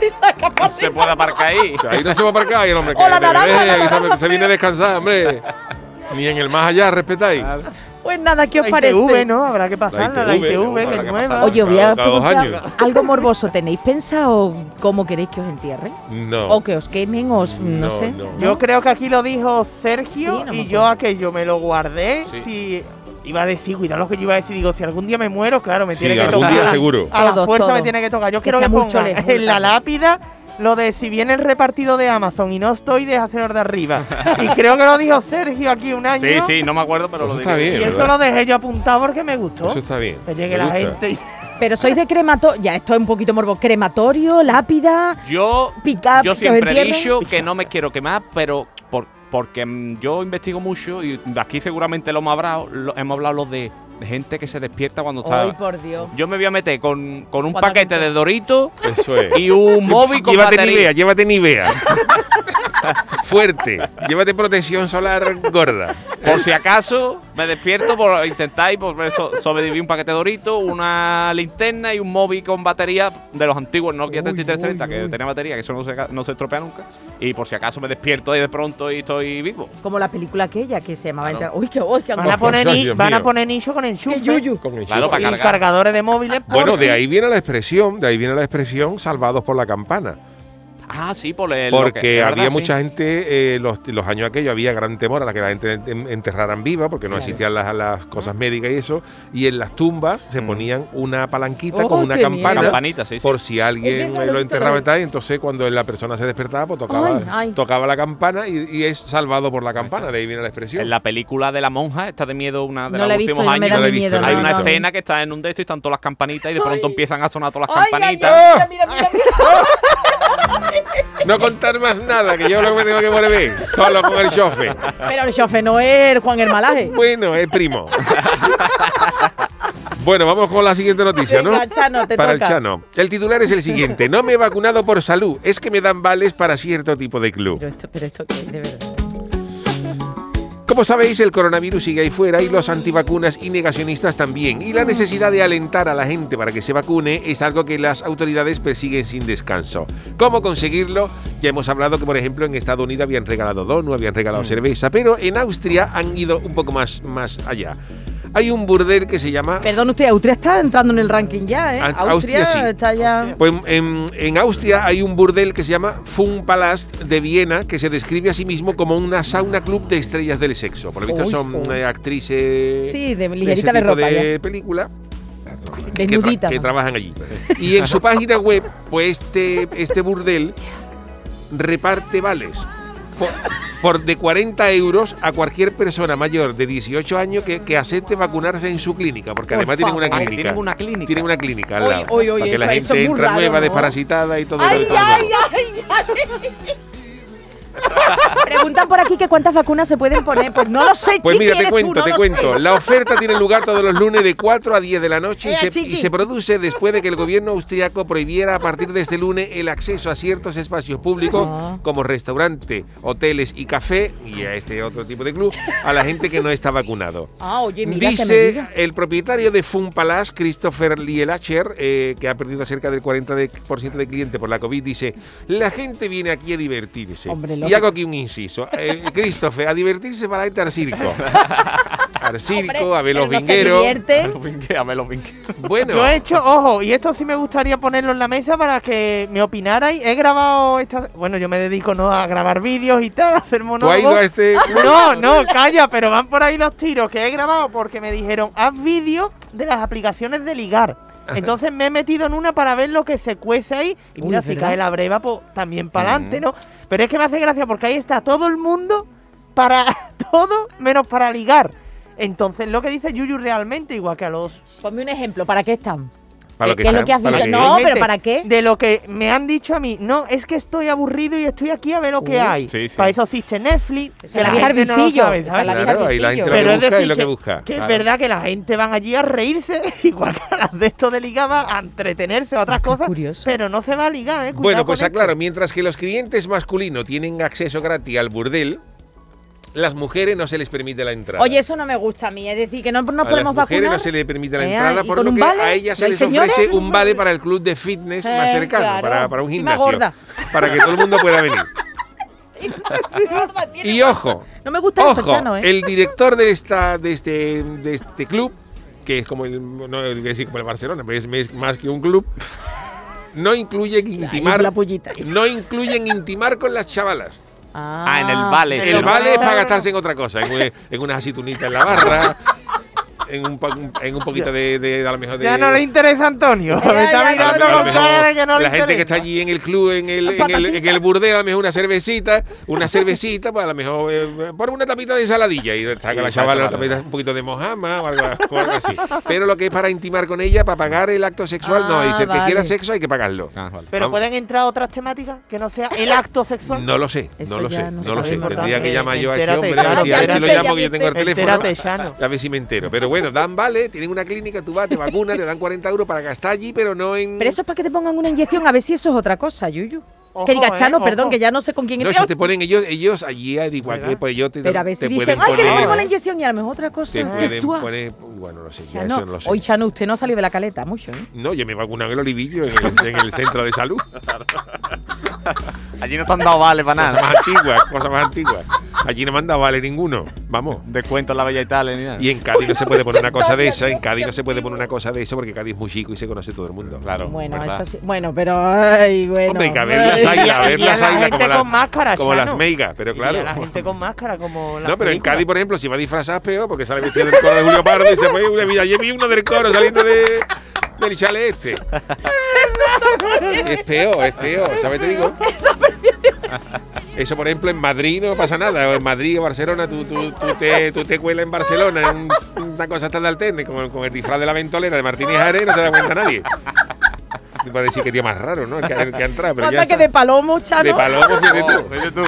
C: y saca para
F: Se puede aparcar ahí.
A: Ahí no se va para acá y el hombre que
C: O la
A: te
C: naranja,
A: ve,
C: la
A: que se-
C: naranja,
A: se viene a
C: pero-
A: descansar, hombre. Ni en el más allá respetáis.
C: Pues nada, ¿qué os
D: La
C: parece?
D: ITV, ¿no? Habrá que pasarla, la
A: ITV,
D: ITV,
A: habrá
D: que es
A: que
D: nueva.
A: pasarla.
C: Oye, os voy
A: Cada-
C: a
A: cada dos
C: preguntar
A: años.
C: algo morboso. ¿Tenéis pensado cómo queréis que os entierren?
A: No.
C: ¿O que os quemen? ¿O os- no,
A: No,
C: sé?
A: no.
D: Yo creo que aquí lo dijo Sergio
C: Sí, no me
D: y
C: acuerdo.
D: yo aquello me lo guardé.
A: Sí.
D: Si iba a decir, cuidado lo que yo iba a decir, digo, si algún día me muero, claro, me
A: Sí,
D: tiene que
A: algún
D: tocar.
A: día seguro.
D: A la
C: Todos,
D: fuerza me
C: todos.
D: tiene que tocar. Yo
C: Que
D: quiero que
C: sea mucho
D: pongan
C: les
D: en la
C: multan.
D: lápida lo de si viene el repartido de Amazon y no estoy, deja señor de arriba. y creo que lo dijo Sergio aquí un año.
F: Sí, sí, no me acuerdo, pero
A: Eso
F: lo
A: está
F: diré.
D: Y
A: bien,
D: eso
A: ¿verdad?
D: lo dejé yo apuntado porque me gustó.
A: Eso está bien.
D: Que
A: Me
D: llegue la
A: gusta.
D: gente y
C: Pero sois de crematorio. Ya, esto es un poquito morbo. Crematorio, lápida,
F: Yo,
C: pick-up.
F: yo
C: que os
F: siempre he
C: entierren.
F: dicho que no me quiero quemar, pero por- porque mm, yo investigo mucho y de aquí seguramente lo hemos hablado, lo- hemos hablado los de gente que se despierta cuando está.
C: Ay, por Dios.
F: Yo me voy a meter con, con un
C: pues. Cuando
F: paquete
C: te-
F: de Doritos
A: Eso es.
F: y un móvil con
A: llévate
F: batería.
A: Nivea, llévate Nivea. Fuerte. Llévate protección solar gorda.
F: Por si acaso me despierto por intentar y por eso sobrevivir un paquete de Doritos, una linterna y un móvil con batería de los antiguos Nokia 3330 que tenía batería, que eso no se, ca- no se estropea nunca. Y por si acaso me despierto y de pronto y estoy vivo.
C: Como la película aquella que se llamaba
F: Claro.
C: Entrar- Uy, qué voy, qué
D: van a
C: angustia.
D: poner,
A: Dios
D: ni-
A: mío.
D: van a poner nicho con
C: Qué
D: enchufe.
C: yuyu.
A: Con el
F: Claro,
A: chupa.
F: para
D: y
F: cargar.
D: cargadores de móviles. por
A: Bueno,
D: si-
A: de ahí viene la expresión, de ahí viene la expresión salvados por la campana.
F: Ah, sí, por el. lo que-
A: Porque
F: es
A: había
F: verdad, sí.
A: mucha gente, eh, los, los años aquellos había gran temor a la que la gente en- enterraran viva, porque no
C: Claro.
A: existían las, las cosas médicas y eso, y en las tumbas se
F: Mm.
A: ponían una palanquita
C: Oh,
A: con una
C: qué
A: campana.
C: miedo.
F: Campanita, sí. sí.
A: Por si alguien
C: Es verdad,
A: eh,
C: lo
A: lo
C: he visto
A: enterraba y
C: también.
A: tal, y entonces cuando la persona se despertaba, pues tocaba,
C: Ay, ay.
A: tocaba la campana y, y es salvado por la campana, de ahí viene la expresión.
F: En la película de la monja, está de miedo, una
C: No
F: de los
C: la he visto,
F: últimos
C: no me
F: años.
C: da
A: no la he
C: mi miedo.
A: visto,
F: Hay
C: no,
F: una
C: no.
F: escena que está en un de estos y están todas las campanitas y de pronto empiezan a sonar todas las
C: Ay, ay, ay,
F: campanitas.
C: mira, mira, mira, mira.
A: No contar más nada, que yo lo que me tengo que poner bien, solo con el chofe.
C: Pero el chofe no es Juan Hermalaje.
A: Bueno, es primo. Bueno, vamos con la siguiente noticia, ¿no?
C: Venga, Chano, te
A: para
C: toca.
A: el Chano. El titular es el siguiente. No me he vacunado por salud. Es que me dan vales para cierto tipo de club.
C: Pero esto, pero esto qué es, de verdad.
A: Como sabéis, el coronavirus sigue ahí fuera y los antivacunas y negacionistas también. Y la necesidad de alentar a la gente para que se vacune es algo que las autoridades persiguen sin descanso. ¿Cómo conseguirlo? Ya hemos hablado que, por ejemplo, en Estados Unidos habían regalado dono, habían
C: Mm.
A: regalado cerveza, pero en Austria han ido un poco más, más allá. Hay un burdel que se llama
C: Perdón usted, Austria está entrando en el ranking ya, ¿eh?
A: An-
C: Austria,
A: Austria sí.
C: está ya...
A: Pues en, en Austria hay un burdel que se llama Funpalast de Viena, que se describe a sí mismo como una sauna club de estrellas del sexo. Por lo visto
C: Uy,
A: son
C: uy.
A: eh, actrices
C: Sí, de
A: de, ese
C: ligerita de
A: tipo
C: ropa
A: de película
C: ya.
A: que, tra-
C: Desnudita.
A: que
C: ¿no?
A: trabajan allí. Y en su página web, pues este, este burdel reparte vales por, por de 40 euros a cualquier persona mayor de 18 años que, que acepte vacunarse en su clínica, porque
C: Por
A: además tienen una
C: favor.
A: clínica.
F: Tienen una clínica.
A: Tienen una clínica al
C: Oy,
A: lado.
C: oy, oy,
A: para que la
C: eso- eso
A: gente
C: es muy
A: entra
C: raro,
A: nueva,
C: ¿no?
A: desparasitada y todo.
C: ¡Ay,
A: todo, todo.
C: ay, ay, ay! Preguntan por aquí que cuántas vacunas se pueden poner. Pues no lo sé,
A: Pues
C: Chiqui,
A: mira,
C: eres
A: te
C: tú,
A: cuento,
C: no
A: te
C: lo
A: cuento.
C: sé.
A: La oferta tiene lugar todos los lunes de 4 a 10 de la noche y
C: Ea,
A: se,
C: chiqui.
A: y se produce después de que el gobierno austriaco prohibiera a partir de este lunes el acceso a ciertos espacios públicos
C: Ah.
A: como restaurante, hoteles y café y a este otro tipo de club a la gente que no está vacunado.
C: Ah, oye, mira, que me
A: Dice
C: diga.
A: el propietario de Funpalas, Christopher Lielacher, eh, que ha perdido cerca del 40% de, por ciento de clientes por la COVID, dice, la gente viene aquí a divertirse.
C: Hombre,
A: y
C: lógico.
A: hago aquí un inciso. Eh, Christopher, a divertirse para irte al circo. al circo,
C: Hombre,
A: a ver los
C: pero no se
A: vingueros.
C: divierte.
F: Los vinque- a ver los vinque.
A: Bueno,
D: Yo he hecho, ojo, y esto sí me gustaría ponerlo en la mesa para que me opinarais. He grabado esta. Bueno, yo me dedico no a grabar vídeos y tal, a hacer
A: tú has ido a
D: monólogos.
A: este...
D: No, no, calla, pero van por ahí los tiros que he grabado porque me dijeron, haz vídeos de las aplicaciones de ligar. Entonces me he metido en una para ver lo que se cuece ahí. Y
C: Uy,
D: mira,
C: es
D: si
C: verdad.
D: cae la breva, pues también para adelante, ¿no? Pero es que me hace gracia porque ahí está todo el mundo para todo menos para ligar. Entonces, lo que dice Yuyu realmente, igual que a los
C: Ponme un ejemplo, ¿para qué están?
A: Para lo
C: ¿Qué es lo
A: está-
C: que has
A: para
C: visto?
A: que-
C: No, pero
D: Realmente,
C: ¿para qué?
D: De lo que me han dicho a mí. No, es que estoy aburrido y estoy aquí a ver lo que hay.
F: sí, sí.
D: Para eso existe Netflix.
C: Esa
D: que
C: es la
D: la
C: vieja
D: gente no lo
C: Arvisillo,
D: sabe,
C: esa es
D: ¿sabes?
C: la vieja
A: Claro, ahí la
C: Visillo.
A: gente
D: Pero
A: lo que
D: es
A: busca y
D: decir,
A: lo que
D: que,
A: busca.
D: que es
A: Claro.
D: verdad que la gente van allí a reírse, igual que las de esto de ligar van a entretenerse a otras
C: qué
D: cosas,
C: curioso.
D: pero no se va a ligar, ¿eh? Cuidado
A: Bueno, pues
D: con esto.
A: aclaro, mientras que los clientes masculinos tienen acceso gratis al burdel, las mujeres no se les permite la entrada.
C: Oye, eso no me gusta a mí. Es decir, que no nos
A: a las
C: podemos
A: mujeres
C: vacunar.
A: no se les permite la
C: Eh,
A: entrada,
C: ¿y
A: por
C: con
A: lo
C: un
A: que
C: vale?
A: a ellas
C: ¿No
A: se
C: hay
A: les
C: señores?
A: ofrece un vale para el club de fitness más
C: Eh,
A: cercano,
C: claro.
A: para, para un
C: Encima
A: gimnasio,
C: gorda.
A: para que todo el mundo pueda venir.
C: Gorda, tiene
A: Y
C: razón.
A: ojo,
C: No me gusta
A: ojo,
C: eso, Chano, ¿eh?
A: el director de esta, de este, de este club, que es como el, no el- que sí, como el Barcelona, pero es mes- más que un club, no incluyen intimar,
C: la pollita.
A: no incluyen intimar con las chavalas.
F: Ah, en el vale.
D: Pero
A: El
D: no,
A: vale es para
D: no,
A: gastarse en otra cosa, en, un- en unas aceitunitas en la barra, en un, pa- un- en un poquito de, de- a lo mejor de-
D: Ya no le interesa a Antonio.
C: Ya,
D: Me está
C: ya,
A: a lo-
D: mirando
A: a lo
D: con
A: mejor
D: cara de que no le
A: la gente que
D: interesa.
A: está allí en el club, en el, en el, en el burdel, a lo mejor una cervecita, una cervecita, pues a lo mejor eh, ponme una tapita de ensaladilla y saca la
F: Y
A: chavala una
F: pasa,
A: tapita, un poquito de mojama o algo, o algo así. Pero lo que es para intimar con ella, para pagar el acto sexual, no.
C: Ah,
A: Y si el que
C: vale.
A: quiera sexo hay que pagarlo.
F: Ah, vale.
D: Pero
A: Vamos.
D: pueden entrar otras temáticas que no sea el acto sexual.
A: No lo sé,
C: Eso
A: no lo
C: ya
A: sé,
C: no
A: no lo
C: sabemos.
A: sé. Tendría que
D: Importante,
A: llamar yo a este
D: entérate,
A: hombre, a ver
D: claro,
A: si, a ver si lo
C: entérate,
A: llamo, que yo
C: ya
A: tengo el teléfono.
D: Entérate, Shano.
A: A ver si me entero. Pero bueno, dan vale, tienen una clínica, tú vas, te vacunas, te dan 40 euros para gastar allí, pero no en.
C: Pero eso es para que te pongan una inyección, a ver si eso es otra cosa, Yuyu.
D: Ojo,
C: que diga,
D: eh,
C: Chano,
D: ojo.
C: perdón, que ya no sé con quién
A: No,
C: estoy-
A: eso te ponen ellos, ellos allí, al igual
D: ¿Verdad?
A: que pues ellos te,
C: Pero a ver si
A: te
C: dicen, ay, que le pongo la inyección y a lo mejor otra
A: te
C: cosa
A: pueden
C: sexual.
A: poner- bueno, no sé, ya
C: Ya
A: eso
C: no.
A: no lo sé.
C: Hoy, Chano, usted no ha salido de la caleta mucho, ¿eh?
A: No, yo me he vacunado en el olivillo, en el, en el centro de salud.
F: Allí no te han dado vale para
A: Cosas
F: nada.
A: más antiguas, cosas más antiguas. Allí no me han dado vale ninguno. Vamos.
F: Descuento en la Bella Italia ni nada.
A: Y en Cádiz no se puede poner una cosa de
C: Dios,
A: esa, en
C: qué
A: Cádiz no se puede
C: antiguo.
A: poner una cosa de eso porque Cádiz es muy chico y se conoce todo el mundo.
F: Claro.
C: Bueno,
F: ¿verdad?
C: eso sí. Bueno, pero. Ay, bueno.
A: Hombre, hay que
C: ay.
A: ver las águilas,
D: Y a-
A: ver
D: y a
A: las
D: la
A: águilas
D: gente
A: como, las-
D: con máscara,
A: como
D: Chano.
A: las meigas, pero
D: Claro.
A: claro.
D: la gente con máscara, como las
A: No, pero en
D: películas.
A: Cádiz, por ejemplo, si va disfrazado es peor, porque sale vestido del coro de Julio Pardo y se fue una vida. Yo vi uno del coro saliendo de, del chale este. es peor, es peor, ¿sabes? Te digo. Eso, por ejemplo, en Madrid no pasa nada. o En Madrid o Barcelona, tú, tú, tú te, tú te cuelas en Barcelona, en una cosa tan de alterne, con, con el disfraz de la ventolera de Martínez Are, no se da cuenta nadie. Va a decir que día más raro, ¿no? El que, el que ha entrado, pero ya
C: Anda que
A: está.
C: de palomo, Chano.
A: De palomo, fíjate
F: Oh,
A: tú.
F: vete tú.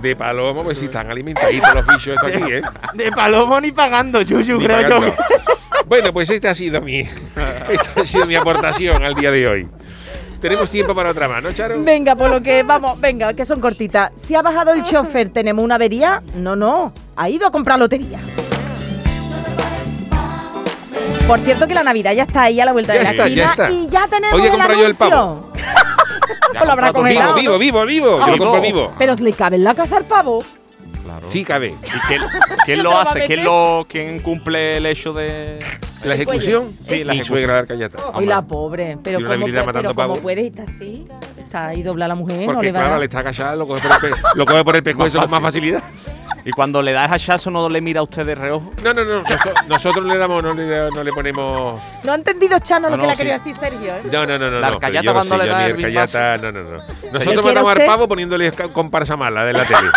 A: De palomo, pues si están alimentaditos los bichos estos aquí, ¿eh?
D: De palomo ni pagando, Yuyu,
A: Ni
D: creo yo
A: pagando.
D: que-
A: Bueno, pues esta ha sido mi esta ha sido mi aportación al día de hoy. Tenemos tiempo para otra más, ¿no, Charo?
C: Venga, por lo que vamos, venga, que son cortitas. Si ha bajado el chofer, ¿tenemos una avería? No, no, ha ido a comprar lotería. Por cierto que la Navidad ya está ahí a la vuelta
A: Ya
C: de la
A: está, ya
C: esquina
A: está.
C: y ya tenemos
A: Hoy he
C: el
A: comprado yo el
C: anuncio.
A: pavo.
F: Ya
C: Pues lo habrá
F: comprado
C: comido.
A: Vivo, vivo, vivo,
C: Venga,
A: vivo. Yo lo compro vivo.
C: Pero le cabe en la casa al pavo.
F: Claro.
A: Sí, cabe.
F: ¿Y quién,
C: Yo
F: quién
C: te
F: lo
C: lo
F: hace?
C: metí.
F: ¿Quién, lo, ¿Quién cumple el hecho de.?
A: La ejecución,
F: Sí, la
A: mi
F: ejecución.
A: suegra la Arcayata.
C: Hoy la pobre, pero
A: Tiene una
C: ¿cómo,
A: habilidad
C: puede,
A: matando
C: pero cómo
A: pavo.
C: puede estar así? Está ahí dobla la mujer, no
A: Porque
C: le va
A: claro,
C: a
A: le
C: dar.
A: está agachada, lo coge por el, pe- lo coge por el
F: Pues
A: pescuezo con más facilidad.
F: Y cuando le das hachazo, no le mira a usted de reojo.
A: No, no, no. noso- Nosotros le damos, no le, no le ponemos.
C: No ha entendido Chano lo
F: No,
C: que le ha
F: sí.
C: querido decir Sergio, ¿eh?
A: No, no, no, no.
F: La
A: no, pero
F: Arcayata
A: yo no
F: cuando
A: sé,
F: le
A: yo
F: da
A: ni
F: el
A: Arcayata, no, no, no.
C: ¿Quiere
A: Nosotros matamos al
C: usted?
A: pavo poniéndole ca- comparsa mala de la tele.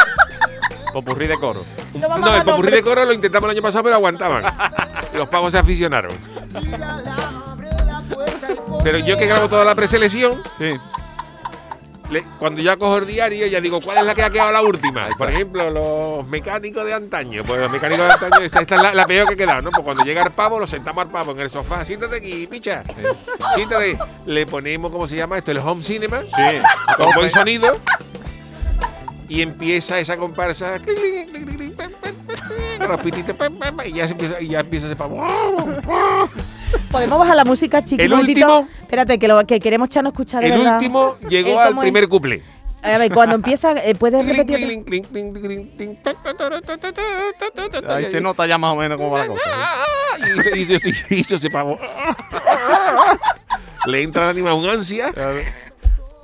F: Popurrí de coro.
C: No vamos a
A: No, el
C: dar
A: popurrí
C: nombre.
A: de coro lo intentamos el año pasado, pero aguantaban. Los pavos se aficionaron. Pero yo que grabo toda la preselección,
F: Sí.
A: le- cuando ya cojo el diario, ya digo, ¿cuál es la que ha quedado la última? Por ejemplo, los mecánicos de antaño. Pues los mecánicos de antaño, esta, esta es la, la peor que ha quedado, ¿no? Pues cuando llega el pavo, lo sentamos al pavo en el sofá. Siéntate aquí, picha. Siéntate. Le ponemos, ¿cómo se llama esto? El home cinema.
F: Sí.
A: Con buen sonido. Y empieza esa comparsa. clic, clic, clic, clic, clic, pam, pam, pam, con los pititos, pam, pam, pam, Y ya se empieza, y ya empieza ese pavo.
C: Podemos bajar la música, chiquito.
A: El último-
C: Espérate, que, lo, que queremos Chano escuchar de
A: El
C: verdad.
A: último
C: ¿El
A: llegó al
C: cómo es?
A: primer cuplé.
C: A ver, cuando empieza, eh, ¿puedes
A: Clic,
C: repetir? otra-
A: clic, clic, clic, clic, clic, clic, ta, ta, ta, ta, ta, ta, ta, ta,
F: Ahí se nota ya más o menos cómo va la cosa.
A: Ah, Y hizo, hizo, hizo, hizo ese pavo. Le entra al animal un ansia.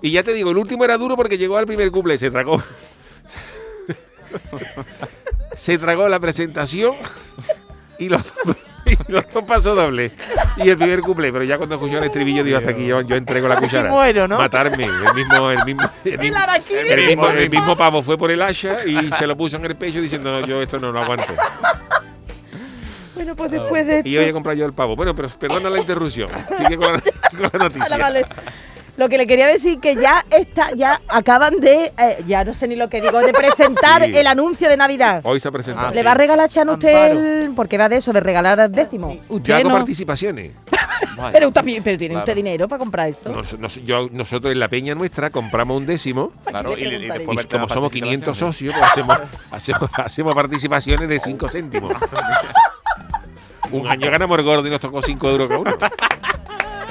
A: Y ya te digo, el último era duro porque llegó al primer cumple, se tragó. se tragó la presentación y los, y los dos pasos dobles. Y el primer cumple, pero ya cuando escuchó el estribillo dijo hasta aquí yo, yo entrego la cuchara.
D: muero, ¿no?
A: Matarme, el mismo, el mismo, el mismo,
C: araquiri.
A: el mismo- el
F: El mismo.
A: mismo pavo fue por el hacha y se lo puso en el pecho diciendo no, yo esto no lo aguanto.
C: Bueno, pues después de esto.
A: Y hoy he comprado yo el pavo. Bueno, pero perdona la interrupción. Sigue con la, con la noticia.
C: Vale, vale. Lo que le quería decir que ya está, ya acaban de, eh, ya no sé ni lo que digo, de presentar
A: Sí.
C: el anuncio de Navidad.
A: Hoy se ha presentado.
F: Ah,
C: ¿Le
F: sí.
C: va a regalar Chan usted
D: Amparo.
C: el- porque va de eso, de regalar décimo?
A: Yo
C: Usted
A: hago
C: no.
A: participaciones.
F: Vaya.
C: Pero, también, pero tiene
F: Claro.
C: usted dinero para comprar eso.
A: Nos- nos- yo- nosotros en la peña nuestra compramos un décimo.
F: Claro, y, y
C: preguntaré
F: después
C: yo?
A: Y
F: verte
A: como
F: las
A: somos 500
F: participaciones.
A: socios, pues hacemos, hacemos, hacemos participaciones de 5 céntimos. Un año ganamos el gordo y nos tocó 5 euros cada uno.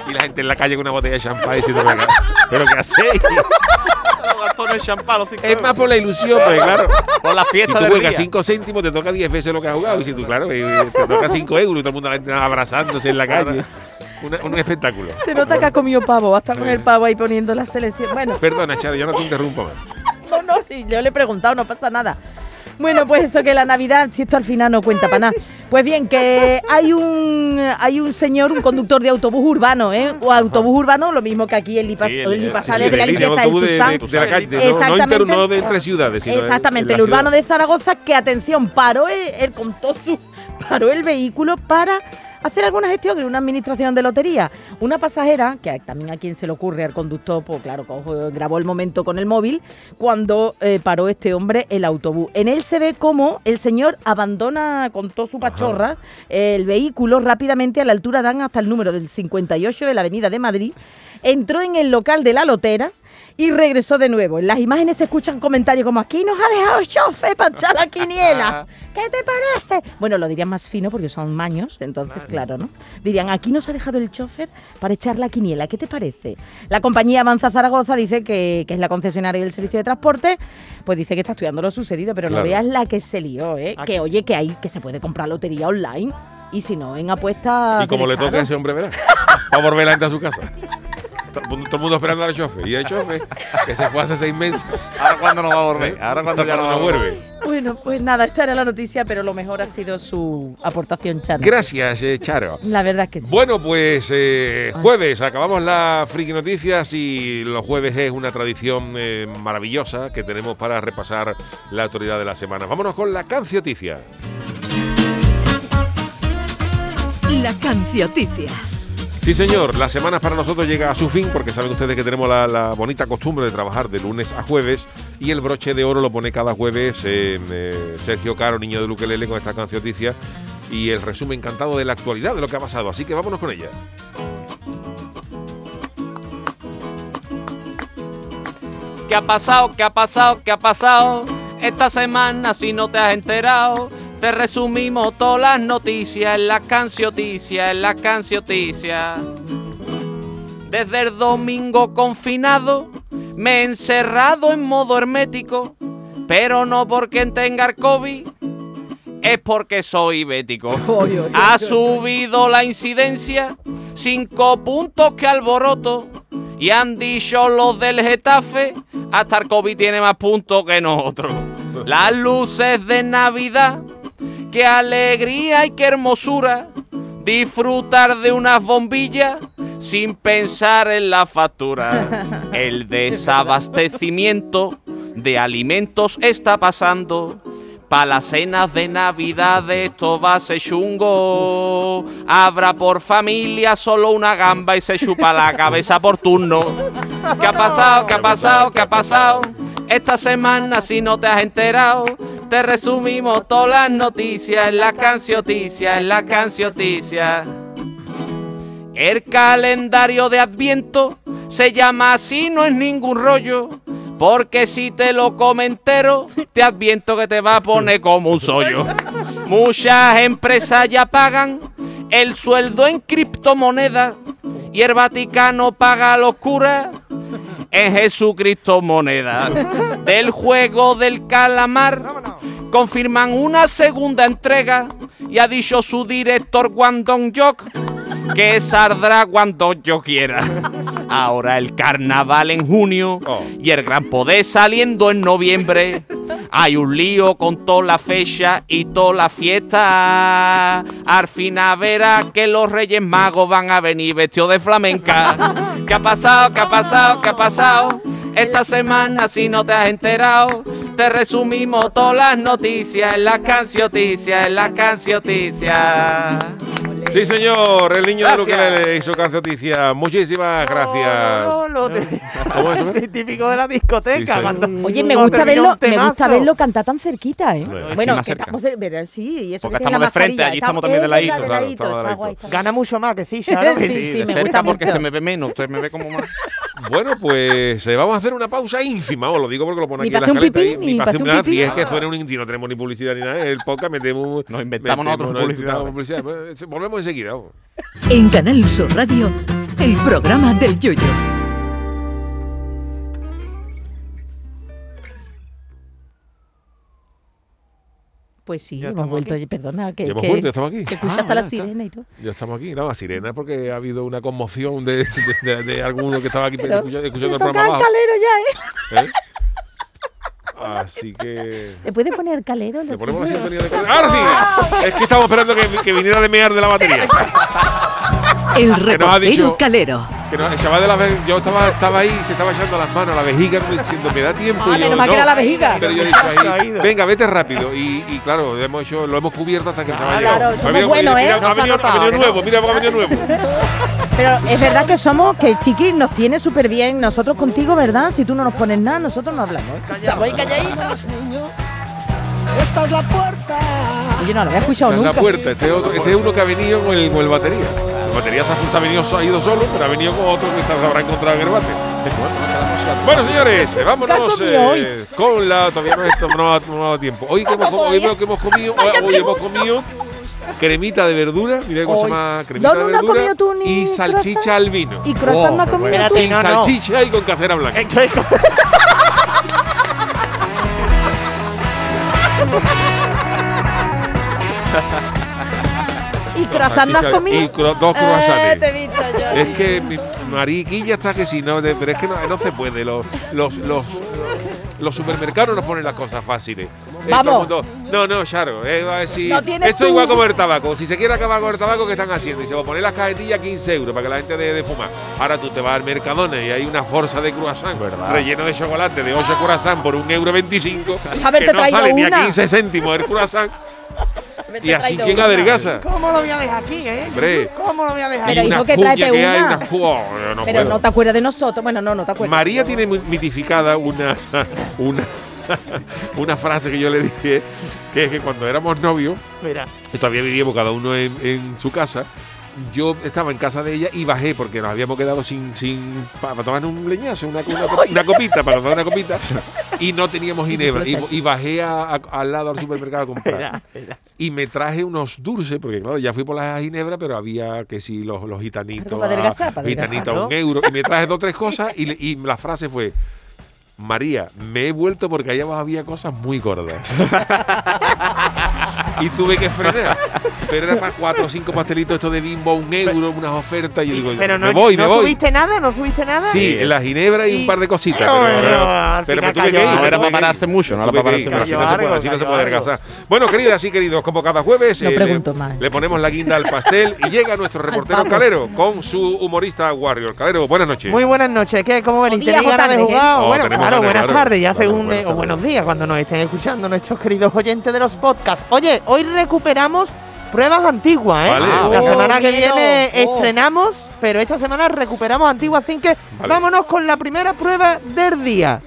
A: Y la gente en la calle con una botella de champán diciendo, "Pero qué- ¿pero qué hacéis?
F: Los gastones en champán, los cinco
A: Es más
F: euros.
A: por la ilusión, porque claro,
F: por la
A: si
F: fiesta
A: tú
F: del día.
A: juegas 5 céntimos, te toca 10 veces lo que has jugado. Y si tú, claro, eh, te toca 5 euros y todo el mundo la gente abrazándose en la calle. Una- un espectáculo.
C: Se nota que ha comido pavo, hasta con el pavo ahí poniendo la selección. Bueno,
A: Perdona, Charo, ya no te interrumpo más.
C: no, no, si yo le he preguntado, no pasa nada. Bueno, pues eso que la Navidad, si esto al final no cuenta para nada. Pues bien, que hay un hay un señor, un conductor de autobús urbano, ¿eh? O autobús urbano, lo mismo que aquí el Lipa,
F: Sí,
C: el
F: el-
C: Lipa
F: sí,
C: sale
A: Sí,
C: de la
A: línea,
C: limpieza del
A: autobús de,
C: Tusán.
A: de- de la calle, de- no-
C: Exactamente.
A: no, inter- no de entre ciudades, sino en-
C: Exactamente,
A: en la
C: el urbano
A: ciudad.
C: de Zaragoza que atención, paró el, el- contó su- paró el vehículo para hacer alguna gestión en una administración de lotería. Una pasajera, que a- también a quien se le ocurre al conductor, pues claro, cojo- grabó el momento con el móvil, cuando eh, paró este hombre el autobús. En él se ve cómo el señor abandona, contó su pachorra, el vehículo rápidamente a la altura dan hasta el número del 58 de la Avenida de Madrid, entró en el local de la lotera y regresó de nuevo. En las imágenes se escuchan comentarios como aquí nos ha dejado el chofe para echar la quiniela. ¿Qué te parece? Bueno, lo dirían más fino porque son maños, entonces claro, ¿no? Dirían, aquí nos ha dejado el chofer para echar la quiniela, ¿qué te parece? La compañía Avanza Zaragoza dice que, que es la concesionaria del servicio de transporte, pues dice que está estudiando lo sucedido, pero no
A: Claro. Ah,
C: veas la que se lió, ¿eh? Que oye, que hay, que se puede comprar lotería online y si no, en apuestas...
A: Y como le
C: del
A: toca a
C: Estado.
A: ese hombre, verá. Va a volver la gente a su casa. Todo el mundo- todo el mundo esperando al chofe. Y el chofe, que se fue hace seis meses.
F: Ahora cuando nos va a
A: ¿eh?
F: volver. Ahora cuando ya
A: Hasta
F: nos
A: cuando
F: vuelve.
A: vuelve.
C: Bueno, pues nada, esta era la noticia, pero lo mejor ha sido su aportación, Chano.
A: Gracias, eh, Charo.
C: La verdad es que sí.
A: Bueno, pues eh, jueves, acabamos la Friki Noticias y los jueves es una tradición eh, maravillosa que tenemos para repasar la autoridad de la semana. Vámonos con la cancioticia.
G: La cancioticia.
A: Sí, señor, la semana para nosotros llega a su fin porque saben ustedes que tenemos la, la bonita costumbre de trabajar de lunes a jueves y el broche de oro lo pone cada jueves eh, eh, Sergio Caro, niño de Luquelele, con esta cancioticia y el resumen encantado de la actualidad de lo que ha pasado. Así que vámonos con ella.
F: ¿Qué ha pasado? ¿Qué ha pasado? ¿Qué ha pasado? Esta semana, si no te has enterado, te resumimos todas las noticias en las cancioticias, en las cancioticias. Desde el domingo confinado, me he encerrado en modo hermético, pero no porque tenga el COVID, es porque soy bético. Ha subido la incidencia, cinco puntos que alboroto. Y han dicho los del Getafe, hasta el COVID tiene más puntos que nosotros. Las luces de Navidad, qué alegría y qué hermosura. Disfrutar de unas bombillas sin pensar en la factura. El desabastecimiento de alimentos está pasando. Para las cenas de Navidad esto va a ser chungo. Habrá por familia solo una gamba y se chupa la cabeza por turno. ¿Qué ha pasado? ¿Qué ha pasado? ¿Qué ha pasado? Esta semana, si no te has enterado, te resumimos todas las noticias en las cancioticias, en las cancioticias. El calendario de Adviento se llama así, no es ningún rollo. Porque si te lo comentero, te adviento que te va a poner como un sollo. Muchas empresas ya pagan el sueldo en criptomonedas y el Vaticano paga a los curas en Jesucristo moneda. Del juego del calamar confirman una segunda entrega y ha dicho su director Guangdong Yok que saldrá cuando yo quiera. Ahora el carnaval en junio
A: Oh.
F: y el gran poder saliendo en noviembre. Hay un lío con toda la fecha y toda la fiesta. Al final verás que los Reyes Magos van a venir vestidos de flamenca. ¿Qué ha pasado? ¿Qué ha pasado? ¿Qué ha pasado? Esta semana, si no te has enterado, te resumimos todas las noticias en las cancioticias, en las cancioticias.
A: Sí, señor, el niño
F: Gracias.
A: de lo que le hizo cancioticia. Muchísimas gracias.
D: No, no, no, lo-
A: ¿Cómo es?
D: Típico de la
A: Sí,
D: discoteca.
A: señor.
D: cuando-
C: Oye, me
D: cuando
C: gusta
D: termina
C: verlo,
D: un
C: me gusta
D: temazo.
C: verlo cantar tan cerquita, ¿eh?
A: Bueno,
C: bueno,
F: más
C: que
F: cerca.
C: estamos de, pero sí, y eso que
F: Porque
C: tiene la
F: estamos de frente,
C: mascarilla,
F: allí estamos también de ladito,
C: es verdad,
A: claro,
C: de ladito,
A: estamos de ladito.
C: está guay, está guay.
D: Gana mucho más que sí, claro que
C: Sí,
D: sí.
C: sí,
F: de
C: me
F: cerca,
C: gusta
F: porque
C: mucho.
F: se me ve menos, usted me ve como más.
A: Bueno, pues eh, vamos a hacer una pausa ínfima, os lo digo porque lo pone
C: Ni
A: aquí en la
C: pasé un
A: escaleta.
C: pipí,
A: ahí,
C: ni pasé un
A: nada, si
C: pipí. Ah.
A: es que suena un indio, no tenemos ni publicidad ni nada, el podcast metemos...
F: Nos inventamos
A: metemos-
F: nosotros
A: nos
F: publicidad.
A: inventamos publicidad. Pues, eh, Volvemos enseguida. vamos.
G: En Canal Sur Radio, el programa del yoyo.
C: Pues sí,
D: Ya
C: hemos
D: estamos
C: vuelto, oye, perdona, que,
A: Ya hemos
C: que
A: vuelto, ya estamos aquí.
C: se escucha
F: Ah,
C: hasta la
F: ya está.
C: sirena y todo.
A: Ya estamos aquí. No, a Sirena porque ha habido una conmoción de, de- de- de alguno que estaba aquí
C: Pero
A: escuchando,
C: me
A: escuchando el
C: toca
A: programa
C: el
A: abajo.
C: calero ya, ¿eh?
A: ¿eh? Así que...
C: ¿Le puede poner calero? Lo
A: Le ponemos la
C: siento.
A: sintonía de calor. ¡Ahora sí! Es que estamos esperando que, que viniera de mear de la batería.
G: El
A: Que nos ha dicho-
G: reportero calero.
A: Que no, el chaval de la ve- yo estaba, estaba ahí y se estaba echando las manos a la vejiga como diciendo, me da tiempo.
C: Ah,
A: Y yo,
C: menos mal que
A: "No".
C: era la vejiga.
A: Pero yo he dicho
D: Se ha
A: ahí,
D: ido.
A: venga, vete rápido. Y, y claro, lo hemos, hecho, lo hemos cubierto hasta que el chaval
C: Ah, Claro,
A: llegó.
C: somos
A: Ha venido-
C: buenos,
A: mira,
C: ¿eh?
A: mira,
D: No
A: Ha
D: se ha
A: venido, ha
D: notado,
A: venido
D: ¿no?
A: nuevo, mira cómo ha venido nuevo.
C: Pero es verdad que somos, que Chiqui nos tiene súper bien. Nosotros contigo, ¿verdad? Si tú no nos pones nada, nosotros no hablamos. ¿eh? Estamos ahí calladitos.
H: Esta es la puerta.
C: Oye, no lo había escuchado
A: Esta es la
C: nunca.
A: puerta. Este es, otro- este es uno que ha venido con el, con el batería. El batería se ha, se ha venido, se ha ido solo, pero ha venido con otro que se habrá encontrado en el bate. Este Bueno, señores, eh, vámonos
C: ¿Qué has comido
A: eh, con la. Todavía no, esto, no, ha- no ha dado tiempo. Hoy, que hemos, comido, hoy lo que hemos comido, hoy, hoy hemos comido cremita de verdura. Mira cómo se
C: Hoy.
A: llama cremita
C: Don,
A: de
C: no has
A: verdura.
C: comido tú ni
A: y salchicha
C: croissant.
A: al vino.
C: Y croissant no ha
A: pero
C: comido
A: bueno.
D: tú.
A: Sin
D: No, no.
A: salchicha y con cacera blanca.
C: Y croissant no has
A: Salchicha Y
C: comido.
A: cro- dos croissants.
C: Eh, te he visto yo.
A: Es que mi mariquilla está que si no, de- pero es que no, no se puede. Los, los, los, los supermercados nos ponen las cosas fáciles. Eh,
C: Vamos.
A: todo el mundo, no, no, Charo. eh, va a decir,
C: No tienes
A: esto
C: tú".
A: es igual como el tabaco. Si se quiere acabar con el tabaco, ¿qué están haciendo? Y se va a poner las cajetillas 15 euros para que la gente deje de fumar. Ahora tú te vas al Mercadona y hay una forza de croissant relleno de chocolate de 8 croissant por 1,25 euro.
C: Haberte
A: que no
C: traído
A: sale ni a
C: una.
A: 15 céntimos el croissant.
C: Haberte
A: y así
C: traído
A: quien
C: una.
A: adelgaza.
D: ¿Cómo lo voy a dejar aquí, eh?
A: Hombre.
D: ¿Cómo lo voy a dejar
C: Pero,
A: Y
D: aquí?
C: hijo,
A: una
C: que
A: cuya
C: tráete
A: que hay, una-
C: una.
A: ¡Oh, yo no
C: Pero
A: puedo.
C: no te acuerdas de nosotros. Bueno, no, no te acuerdas.
A: María tiene mi- mitificada una, una, una frase que yo le dije, que es que cuando éramos novios,
D: Mira,
A: que todavía vivíamos cada uno en, en su casa, yo estaba en casa de ella y bajé porque nos habíamos quedado sin, sin para tomar un leñazo, una, una, una copita, para tomar una copita, y no teníamos ginebra. Y, y bajé a- a- al lado al supermercado a comprar.
D: mira, mira.
A: Y me traje unos dulces, porque claro, ya fui por la ginebra, pero había que si los, los
C: Algo
A: gitanitos.
C: para
A: a-
C: adelgazar, para adelgazar,
A: gitanitos a un
D: ¿no?
A: euro. Y me traje dos o tres cosas y, le- y la frase fue. María, me he vuelto porque allá abajo había cosas muy gordas. y tuve que frenar. Pero era para cuatro o cinco pastelitos, esto de bimbo, un euro, unas ofertas. Y yo digo,
D: Pero no,
A: me voy,
D: ¿no
A: me voy.
D: subiste nada? ¿No subiste nada?
A: Sí, en la ginebra y,
D: Y-
A: un par de cositas.
D: Pero
A: Pero,
D: bueno,
A: pero-
D: al
A: pero me
D: final
A: tuve que
D: cayó
A: ir.
D: algo.
A: me tuve
D: Era
F: para
A: que ir.
F: pararse mucho, no era
A: Tuve
F: para
A: que ir,
D: pararse
A: pero
D: mucho.
A: Así no se puede,
D: Cayó
A: así no se
D: algo,
A: puede
D: cayó algo.
A: adelgazar. Bueno, queridas y queridos, como cada jueves,
C: No
A: le-
C: pregunto
A: le,
C: más.
A: ponemos la guinda al pastel y llega nuestro reportero
C: pavo.
A: Calero con su humorista Warrior. Calero, buenas noches.
D: Muy buenas noches, ¿qué? ¿Cómo venís?
C: O días o
D: ¿Tenéis ganas de
C: tardes, ¿eh?
D: jugar?
A: Oh,
D: bueno,
A: tenemos
D: claro,
A: ganas,
D: buenas
A: claro.
D: tardes, ya
A: Claro,
D: según...
A: buenas
D: eh, o
A: tardes.
D: buenos días, cuando nos estén escuchando nuestros queridos oyentes de los podcasts. Oye, hoy recuperamos pruebas antiguas, ¿eh?
A: Vale.
D: La
C: Oh,
D: semana que
C: miedo.
D: viene
C: Oh.
D: estrenamos, pero esta semana recuperamos antiguas, así que
A: Vale.
D: vámonos con la primera prueba del día.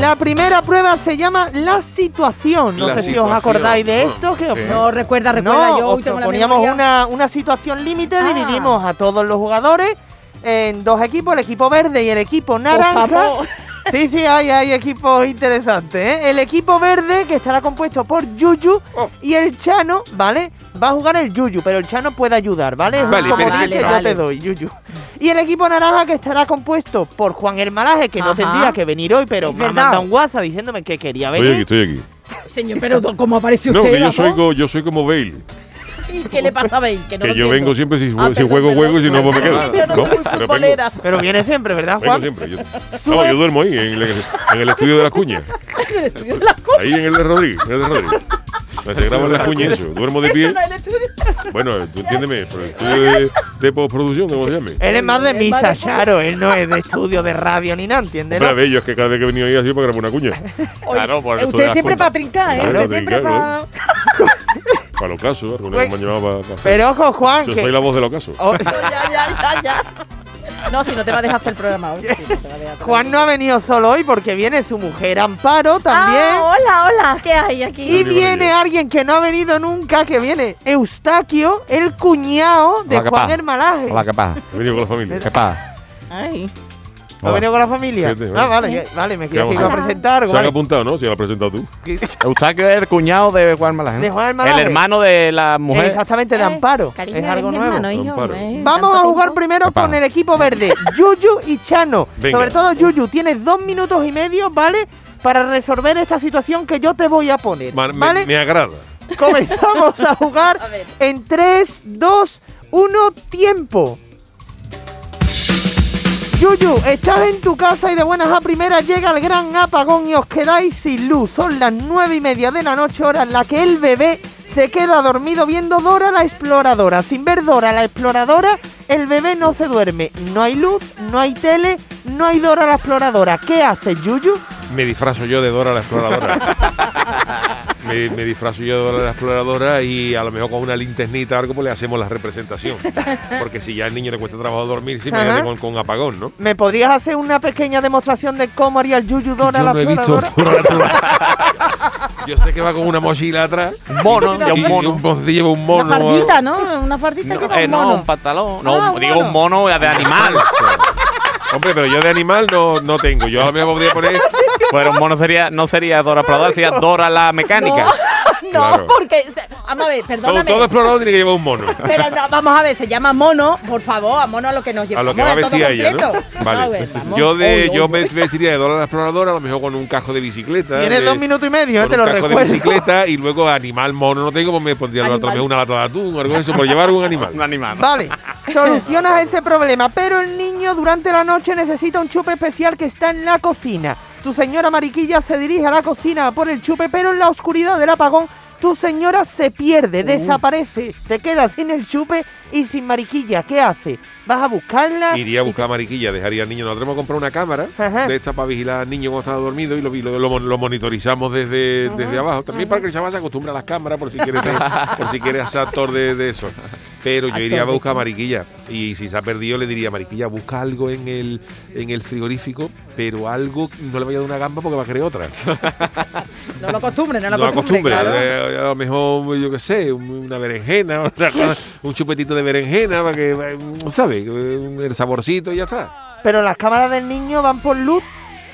D: La primera prueba se llama La Situación. No
A: La
D: sé si
A: situación. Ah,
D: os acordáis de esto, que os
A: Sí.
C: No, recuerda, recuerda.
D: no,
C: yo
D: os
C: hoy tengo la
D: proponíamos
C: memoria.
D: una, una situación límite,
C: Ah.
D: dividimos a todos los jugadores en dos equipos, el equipo verde y el equipo naranja.
C: favor.
D: Sí, sí, hay, hay equipos interesantes. ¿eh? El equipo verde, que estará compuesto por Yuyu
A: Oh.
D: y el Chano, ¿vale? Va a jugar el Yuyu, pero el Chano puede ayudar, ¿vale? Es un
A: Ah, Vale,
D: comodín
A: perfecto.
D: que
C: Vale,
D: yo te doy, Yuyu. Y el equipo naranja, que estará compuesto por Juan Hermalaje, que no
C: Ajá.
D: tendría que venir hoy, pero
C: Es
D: me ha
C: verdad.
D: mandado un WhatsApp diciéndome que quería venir.
I: Estoy aquí, estoy aquí.
C: Señor, pero ¿cómo apareció
I: No,
C: usted?
I: que yo
C: vamos?
I: soy, co- yo soy como Bale.
C: ¿Y qué le pasa a Bale? Que, no
I: que
C: lo
I: yo
C: entiendo.
I: vengo siempre si, jue-
C: Ah,
I: si
C: perdón,
I: juego,
C: perdón.
I: juego y si no, pues me quedo.
C: Yo no soy un
I: pero vengo,
C: futbolera.
D: Pero viene siempre, ¿verdad,
I: vengo
D: Juan?
I: siempre. Yo, no, yo duermo ahí, en el, en el estudio de las cuñas.
C: Pero estudió en la co-
I: Ahí en el de Rodríguez. en el de Rodríguez. La se graba en la cuña eso. Duermo de pie.
C: Eso no es el estudio.
I: Bueno, tú entiéndeme, pero el estudio de, de postproducción, ¿cómo se llame?
D: Él es más
J: Eh,
D: de
C: Es más
D: misa,
C: de-
D: Charo. Él no es de estudio de radio ni nada, ¿entiendes?
I: Hombre, a ver, yo es que cada vez que he venido ahí ha sido para grabar una cuña.
F: Claro, por eso de
C: Usted
F: las
C: siempre
F: cuñas.
C: va a trincar, ¿eh?
I: Claro,
C: Usted siempre
I: trincar,
C: va.
I: Para los casos, alguna vez me han llamado para.
D: Pues, Pero ojo, Juan,
I: eh, Yo
D: que-
I: soy la voz de los casos.
D: Oh,
C: Ya, ya, ya, ya. No, si no te va a dejar hacer el programa hoy. si no te va a dejar hacer-
D: Juan no ha venido solo hoy porque viene su mujer Amparo también.
J: Ah, hola, hola, ¿qué hay aquí?
D: Y
I: Yo digo
D: viene
I: yo.
D: alguien que no ha venido nunca, que viene Eustaquio, el cuñado de
F: Hola, ¿qué
D: Juan
F: pasa?
D: Hermalaje.
F: Hola, ¿qué pasa?
I: He venido con la familia.
F: ¿Qué pasa?
C: Ay.
D: ¿Ha
F: Hola.
D: venido con la familia?
I: Fíjate,
D: ah,
I: vale.
D: vale,
J: ¿Eh?
D: que- vale, me creía que
I: Vamos
D: iba a
I: a ver.
D: presentar.
I: Se han
D: vale.
I: apuntado, ¿no? Si la has presentado tú.
F: Eustaquio es el cuñado de Juan Malaje. ¿no?
D: De Juan Malaje.
F: El hermano de la mujer.
D: Exactamente, de
J: Eh,
D: Amparo.
J: cariño,
D: es algo
J: eres mi
D: nuevo.
J: hermano, hijo,
I: Amparo.
J: eh,
D: Vamos
J: tanto
D: a jugar
J: tiempo.
D: primero
F: Papá.
D: con el equipo verde, Yuyu y Chano.
I: Venga.
D: Sobre todo Yuyu, tienes dos minutos y medio, ¿vale? Para resolver esta situación que yo te voy a poner.
A: Ma- me-
D: ¿Vale?
A: me agrada.
D: Comenzamos a jugar
C: A ver.
D: en 3, 2, 1, tiempo. Yuyu, estás en tu casa y de buenas a primeras llega el gran apagón y os quedáis sin luz. Son las nueve y media de la noche, hora en la que el bebé se queda dormido viendo Dora la exploradora. Sin ver Dora la exploradora, el bebé no se duerme. No hay luz, no hay tele, no hay Dora la exploradora. ¿Qué haces, Yuyu?
A: Me disfrazo yo de Dora la exploradora. me, me disfrazo yo de Dora la exploradora y a lo mejor con una linternita o algo pues le hacemos la representación. Porque si ya al niño le cuesta trabajo dormir, sí, imagínate
D: Ajá.
A: con, con apagón, ¿no?
D: ¿Me podrías hacer una pequeña demostración de cómo haría el Yuyu Dora
A: yo
D: la
A: no he visto
D: exploradora?
A: Dora la exploradora. Yo sé que va con una mochila atrás.
F: Un mono,
A: y
F: ya un mono.
A: Un mono lleva un
C: Una
A: mono.
C: fardita, ¿no? Una fardita que
F: No,
C: va
F: eh,
C: un
F: no,
C: mono.
F: un pantalón. No,
C: Ah,
F: un-
C: un
F: digo un mono de de animal.
A: Hombre, pero yo de animal no, no tengo. Yo a lo mejor podría poner.
F: Pero un mono sería, no sería Dora Pradal, sería Dora la mecánica.
C: No,
A: Claro.
C: porque. se- Vamos a ver,
A: Todo,
C: perdóname.
A: todo explorador tiene que llevar un mono.
C: Pero no, vamos a ver, se llama mono, por favor, a mono a lo que nos
A: A lo
C: llevamos.
A: que va
C: todo
A: vestida ella, ¿no?
C: completo. A
A: Vale.
C: ver, vamos.
A: Yo, de,
C: Uy, uy,
A: yo
C: uy.
A: me vestiría de Dora la exploradora, a lo mejor con un cajo de bicicleta.
D: Tienes
A: de-
D: dos minutos y medio, eh,
A: con
D: te
A: un
D: lo
A: casco
D: recuerdo.
A: de bicicleta y luego animal mono no tengo, pues me pondría la otra
C: Animal.
A: vez una lata de atún o algo de eso, por llevar un
F: Un
A: animal.
F: animal.
D: Vale, solucionas ese problema, pero el niño durante la noche necesita un chupe especial que está en la cocina. Tu señora Mariquilla se dirige a la cocina a por el chupe, pero en la oscuridad del apagón tu señora se
A: Uh.
D: pierde, desaparece, te queda sin el chupe y sin Mariquilla. ¿Qué hace? ¿Vas a buscarla?
A: Iría a buscar a mariquilla, dejaría al niño. Nos tenemos que comprar una cámara
D: Ajá.
A: de esta para vigilar al niño cuando está dormido y lo, vi- lo, lo mon- lo monitorizamos desde, desde abajo. También para que el chaval se acostumbre a las cámaras por si quiere ser, por si quiere ser actor de, de eso. Pero yo iría a buscar a mariquilla y si se ha perdido le diría mariquilla, busca algo en el, en el frigorífico, pero algo, no le vaya a dar una gamba porque va a querer otra.
C: No lo acostumbre, no lo
A: No
C: acostumbre.
A: acostumbra,
C: claro.
A: eh, a lo mejor, yo qué sé, un- una berenjena, otra cosa, un chupetito de berenjena, para que, eh, ¿sabes? Eh, El saborcito y ya está.
D: Pero las cámaras del niño van por luz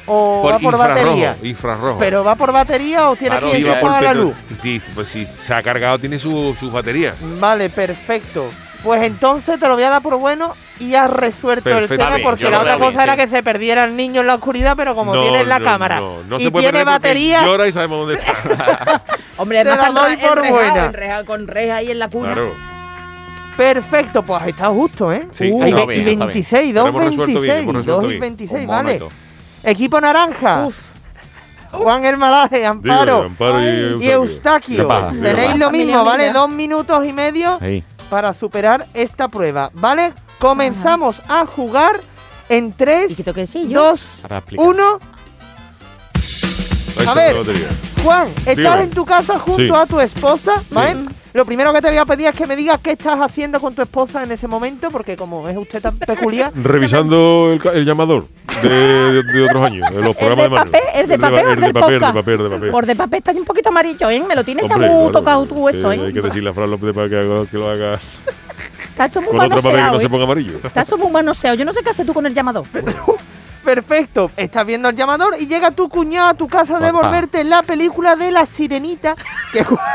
D: o va por
A: infrarrojo,
D: batería.
A: infrarrojo.
D: Pero va por batería o tiene
F: Claro,
D: que
F: sí,
D: ir
F: va
A: va por
D: a la
A: petro-
D: luz.
A: Sí, pues si se ha cargado, tiene su, su batería.
D: Vale, perfecto. Pues entonces te lo voy a dar por bueno y has resuelto
A: Perfecto.
D: el
A: Está
D: tema
F: bien,
D: porque
F: yo
D: la
F: lo
D: otra
F: veo
D: cosa
F: bien,
D: era
F: sí.
D: que se perdiera el niño en la oscuridad, pero como
A: No,
D: tienes la
A: no,
D: cámara
A: No, no
D: y
A: se puede perder porque
D: tiene batería,
A: Llora y sabemos dónde está.
C: Hombre,
D: Te la
C: además
D: doy
C: está enre-
D: por
C: enrejado,
D: buena.
C: enrejado, con reja ahí en la cuna.
A: claro.
D: perfecto, pues has estado justo, ¿eh?
A: Sí,
D: Hay
F: está
D: ve-
F: bien,
D: y
F: está bien.
D: 26,
A: Pero
D: 2,
A: hemos resuelto bien,
D: 26,
A: hemos resuelto
D: 2 y
A: bien.
D: 26,
F: Un
D: vale.
F: momento.
D: Equipo naranja,
C: Uf,
D: Juan Hermalaje,
I: Digo,
D: Amparo
I: Amparo y,
D: y Eustaquio.
F: ¿Qué pasa?
D: Tenéis
C: ¿Qué
D: lo
C: pasa?
D: mismo, ¿vale?
C: Familia
D: Dos minutos y medio
F: Ahí.
D: para superar esta prueba, ¿vale? Comenzamos a jugar en
C: ¿Y qué
D: 3,
C: tengo que decir yo?
D: 2,
F: Ahora explica.
D: 1.
I: Ahí está
D: A ver.
I: la batería.
D: Juan, estás
I: Dígame.
D: en tu casa junto
I: Sí.
D: a tu esposa, ¿vale? Lo primero que te voy a pedir es que me digas qué estás haciendo con tu esposa en ese momento, porque como es usted tan peculiar,
I: Revisando el, ca- el llamador de, de- de otros años, de los programas de,
C: de
I: mano.
C: papel? ¿El de papel o
I: pa-
C: el del
I: papel,
C: podcast?
I: de papel, de papel.
C: Por de papel está un poquito amarillo, ¿eh? Me lo tienes ya
I: Hombre,
C: muy
I: claro,
C: tocado tú eso,
I: que
C: ¿eh?
I: Hay que decirle a Fran López de Paz que, haga- que lo haga
C: Está hecho muy
I: con otra para que
C: manoseado,
I: no se
C: ¿eh?
I: ponga amarillo.
C: Está hecho muy manoseado. Yo no sé qué haces tú con el llamador.
D: perfecto, estás viendo el llamador y llega tu cuñado a tu casa a
F: Papá.
D: devolverte la película de la sirenita que Ju-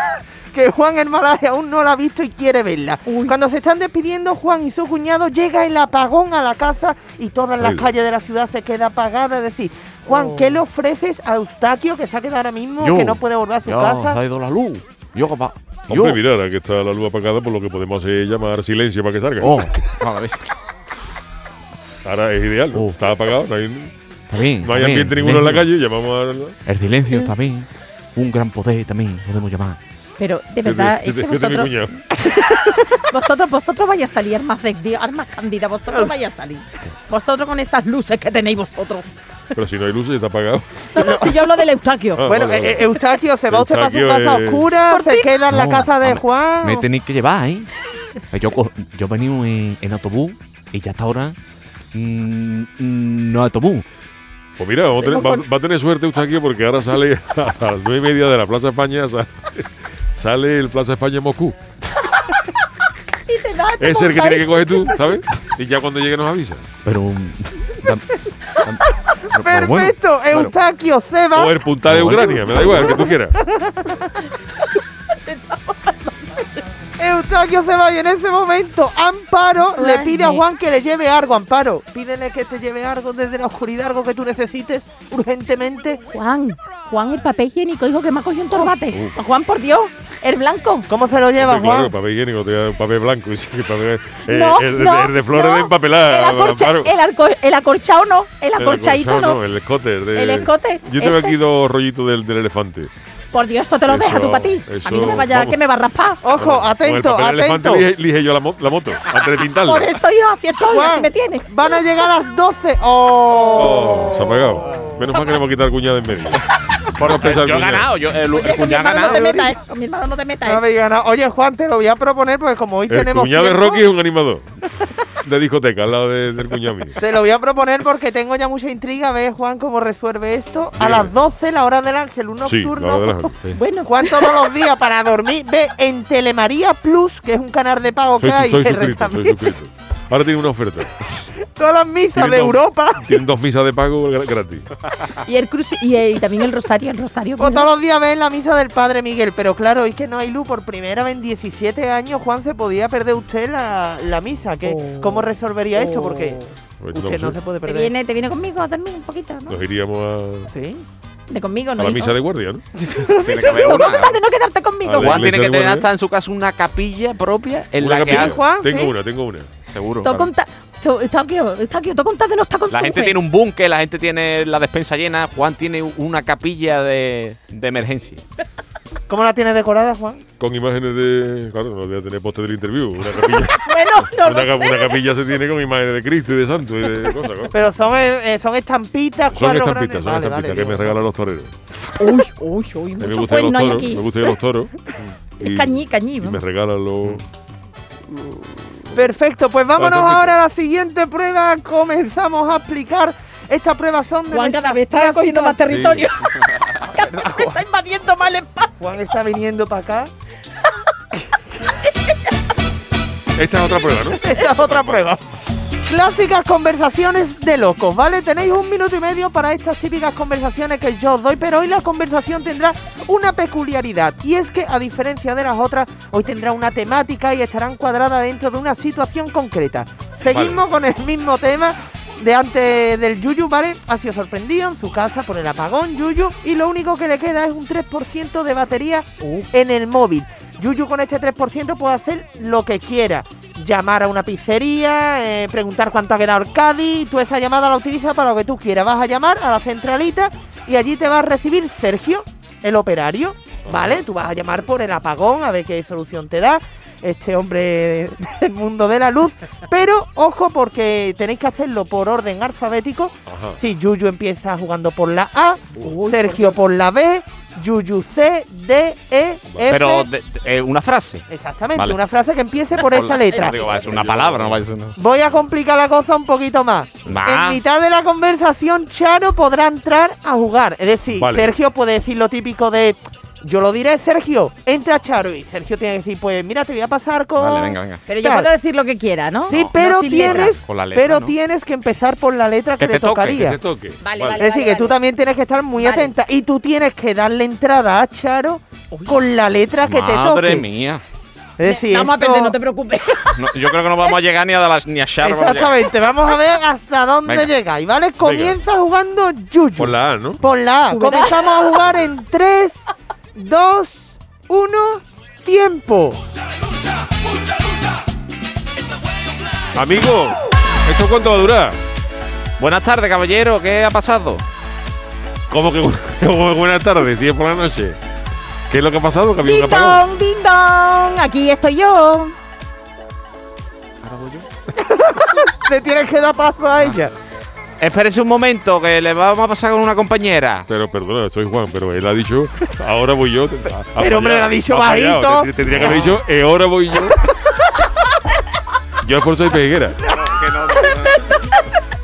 D: Que Juan Hermalaje aún no la ha visto y quiere verla. Cuando se están despidiendo, Juan y su cuñado llega el apagón a la casa y todas las
I: Ay.
D: calles de la ciudad se queda apagada. Es decir, Juan, ¿qué le ofreces a Eustaquio que se ha quedado ahora mismo, que no puede volver a su casa?
F: se ha ido la luz. Yo capaz. Yo.
I: Hombre, mira, ahora que está la luz apagada, por lo que podemos hacer es llamar silencio para que salga.
F: Oh, a ver.
I: Ahora es ideal, ¿no?
F: Oh.
I: está apagado, no hay,
F: Está bien.
I: no hay
F: está bien,
I: ambiente ninguno en la
F: silencio.
I: calle, llamamos a...
F: El silencio también. Un gran poder también podemos llamar.
C: Pero de
A: Es de-
C: verdad,
A: es de-
C: es que
A: es de mi
C: vosotros,
A: cuñado.
C: vosotros, vosotros vais a salir más de Dios, armas candida, vosotros vais a salir. Vosotros con esas luces que tenéis vosotros.
A: Pero si no hay luz, ya está apagado.
C: No, no, si yo hablo del Eustaquio.
A: Ah,
D: Bueno,
A: vale, vale.
D: eh, eh, Eustaquio, se va usted para su
A: Eustaquio
D: casa
A: es-
D: oscura, se queda en la
F: No,
D: casa de
F: hombre,
D: Juan.
F: Me tenéis que llevar, ¿eh? Yo, co- yo venimos en, en autobús y ya hasta ahora mm, mm, no autobús.
A: Pues mira, vamos a tener- va, va a tener suerte Eustaquio porque ahora sale a las nueve y media de la Plaza España, sale, sale el Plaza España Moscú.
C: Si te da, te
A: Es el que
C: montáis.
A: tiene que coger tú, ¿sabes? Y ya cuando llegue nos avisa.
F: Pero...
D: Perfecto, Eustaquio se va.
A: O el puntal de
F: Bueno.
A: Ucrania, me da igual, el que tú quieras.
D: Eustaquio se va y en ese momento Amparo le pide a
C: Ay.
D: Juan que le lleve algo. Amparo, pídele que te lleve algo desde la oscuridad, algo que tú necesites urgentemente.
C: Juan, Juan, el papel higiénico, hijo, que me ha cogido un torbate. Juan, por Dios, el blanco.
D: ¿Cómo se lo lleva,
A: Hombre, claro,
D: Juan?
A: papel higiénico, te voy a dar un papel blanco. y sí, que papel- eh,
C: No,
A: el,
C: no,
A: el de flores
C: no.
A: de empapelar.
C: El, acorcha-
A: Amparo.
C: el arco- el acorchado no, el
A: El
C: acorchadito
A: acolchado,
C: no.
A: El escote. de-
C: El escote,
A: Yo tengo
C: ese.
A: aquí dos rollitos del, del elefante.
C: Por Dios, esto te lo
A: Eso,
C: deja tú para ti. A mí no me
A: eso,
C: vaya,
A: vamos.
C: que me va a raspar.
D: Ojo, atento,
A: Con el papel del
D: atento.
A: elefante lige, lige yo la, mo- la moto antes de pintarla.
C: Por eso yo así estoy,
D: Juan.
C: así me tienes.
D: Van a llegar a las 12. ¡Oh!
A: Oh, se ha apagado. Menos mal que le hemos quitado el cuñado en medio. Vamos a pensar
F: yo he
A: cuñado.
F: ganado, yo, el,
C: Oye,
F: el
C: con mi
F: cuñado ha
C: hermano no
F: ganado.
C: te metas, eh, con mi hermano no te metas.
D: No
C: eh.
D: habéis ganado. Oye, Juan, te lo voy a proponer porque como hoy
A: El
D: tenemos.
A: cuñado de
D: tiempo,
A: Rocky es un animador de discoteca, al lado de- del cuñado mío.
D: Te lo voy a proponer porque tengo ya mucha intriga. Ve, Juan, cómo resuelve esto. A
A: Dime.
D: las 12, la hora del ángel, un
A: Sí,
D: nocturno.
A: la verdad. sí.
C: Bueno,
D: Juan todos los días para dormir ve en Telemaría Plus, que es un canal de pago
A: Soy,
D: que hay
A: soy
D: que
A: suscrito, soy
D: rentabiliza
A: suscrito. Ahora tiene una oferta.
D: todas las misas
A: Tienen
D: de
A: dos-
D: Europa.
A: Tienen dos misas de pago gra- gratis.
C: y el cruci y, eh, y también el rosario, el rosario.
D: O
C: ¿verdad?
D: Pues todos los días ven la misa del Padre Miguel, pero claro, hoy que no hay luz, por primera vez en 17 años, Juan, se podía perder usted la, la misa. ¿Qué,
C: Oh.
D: ¿Cómo resolvería esto? Porque
A: Pues
D: usted no,
A: sé,
D: se puede
C: Te
D: perder.
C: viene, te viene conmigo a dormir un poquito, ¿no?
A: Nos iríamos a,
D: ¿Sí?
C: De conmigo,
A: a
C: no.
A: la
C: hijo.
A: misa de guardia, ¿no?
F: Tiene que haber
C: Tú
F: una.
C: con tal de no quedarte conmigo.
A: Vale.
F: Juan tiene que tener
A: Guardia.
F: hasta en su casa una capilla propia en
A: Una
F: la que ¿ah?
A: capilla.
F: hace.
D: Juan,
A: Tengo
D: sí.
A: una, tengo una.
F: Seguro.
C: Tú con tal- tú- Está aquí, está aquí, tú con tal de no estar con
F: La
C: su
F: gente
C: mujer.
F: tiene un búnker, la gente tiene la despensa llena. Juan tiene una capilla de, de emergencia.
D: ¿Cómo la tiene decorada, Juan?
A: Con imágenes de. Claro, no voy a tener poste del interview. Una capilla,
C: Bueno, no lo
A: una, ca-
C: sé.
A: una capilla se tiene con imágenes de Cristo y de Santo y de cosas. ¿no?
D: Pero son, eh, eh, son estampitas,
A: Son
D: cuadros
A: estampitas, son
D: grandes. Vale,
A: estampitas
D: vale,
A: que me
D: bien.
A: regalan los toreros.
C: Uy, uy, uy,
A: A mí me
C: mucho
A: gustan los
C: cuerno hay
A: toros.
C: aquí.
A: Me gustan los toros. Y-
C: Cañí, cañí.
A: Y
C: vamos.
A: me regalan los.
D: Perfecto, pues vámonos
A: Vale,
D: ahora a la siguiente prueba. Comenzamos a aplicar. Estas pruebas son de.
C: Juan cada vez está
D: Gracias.
C: cogiendo más territorio. está invadiendo más el espacio.
D: Juan está viniendo para acá.
A: Esta es otra prueba, ¿no?
D: Esa es otra prueba. Clásicas conversaciones de locos, ¿vale? Tenéis un minuto y medio para estas típicas conversaciones que yo os doy, pero hoy la conversación tendrá una peculiaridad. Y es que, a diferencia de las otras, hoy tendrá una temática y estará encuadrada dentro de una situación concreta. Seguimos con el mismo tema de antes del Yuyu, ¿vale? Ha sido sorprendido en su casa por el apagón Yuyu y lo único que le queda es un 3% de batería en el móvil. Yuyu con este 3% puede hacer lo que quiera. Llamar a una pizzería, eh, preguntar cuánto ha quedado el Cádiz, tú esa llamada la utilizas para lo que tú quieras. Vas a llamar a la centralita y allí te va a recibir Sergio, el operario, ¿vale? Tú vas a llamar por el apagón a ver qué solución te da este hombre del mundo de la luz. Pero ojo porque tenéis que hacerlo por orden alfabético.
A: Ajá.
D: Si Yuyu empieza jugando por la A, Sergio por la B, Yuyu C, D, E, F.
F: Pero de- de- eh, una frase.
D: Exactamente,
F: Vale.
D: una frase que empiece por
F: Con
D: esa
F: la-
D: letra.
F: Digo, va a ser Ah, una palabra, no va a ser una.
D: Voy a complicar la cosa un poquito más.
F: Nah.
D: En mitad de la conversación, Charo podrá entrar a jugar. Es decir,
A: Vale.
D: Sergio puede decir lo típico de. Yo lo diré, Sergio, entra Charo. Y Sergio tiene que decir, pues mira, te voy a pasar con.
F: Vale, venga, venga.
C: Pero yo
D: Tal.
C: puedo decir lo que quiera, ¿no?
D: Sí,
C: No,
D: pero
C: sin letra.
D: tienes,
F: Con la letra,
D: pero
F: ¿no?
D: tienes que empezar por la letra que,
F: Que
D: te
F: te toque, que
D: tocaría.
A: Que te toque.
C: Vale,
D: es decir, que tú
C: vale.
D: también tienes que estar muy
C: Vale.
D: atenta y tú tienes que darle entrada a Charo con la letra que te toque.
F: Madre mía.
D: Es decir,
C: Vamos a perder,
D: esto-
C: no te preocupes.
F: No, yo creo que no vamos a llegar ni a, las, ni a Char. vamos a llegar.
D: Exactamente, vamos a ver hasta dónde
F: Venga.
D: llegáis, ¿vale? Comienza jugando Yuyu.
A: Por la A, ¿no?
D: Por la A.
C: Tú verás.
D: Comenzamos a jugar en 3, 2, 1, tiempo.
A: Amigo, ¿esto cuánto va a durar?
F: Buenas tardes, caballero. ¿Qué ha pasado?
A: ¿Cómo que bu- cómo que buenas tardes? Si es por la noche. ¿Qué es lo que ha pasado? Que había un
C: Ding
A: apagón.
C: dong, ding dong. Aquí estoy yo.
D: Te tienes que dar paso a ella.
F: Espérese un momento, que le vamos a pasar con una compañera.
A: Pero perdona, soy Juan, pero él ha dicho, ahora voy yo.
F: Pero, hombre,
A: lo
F: lo ha dicho
A: Te,
F: bajito.
A: te- tendría que haber dicho, "Eh, ahora voy yo. yo es por soy peguera.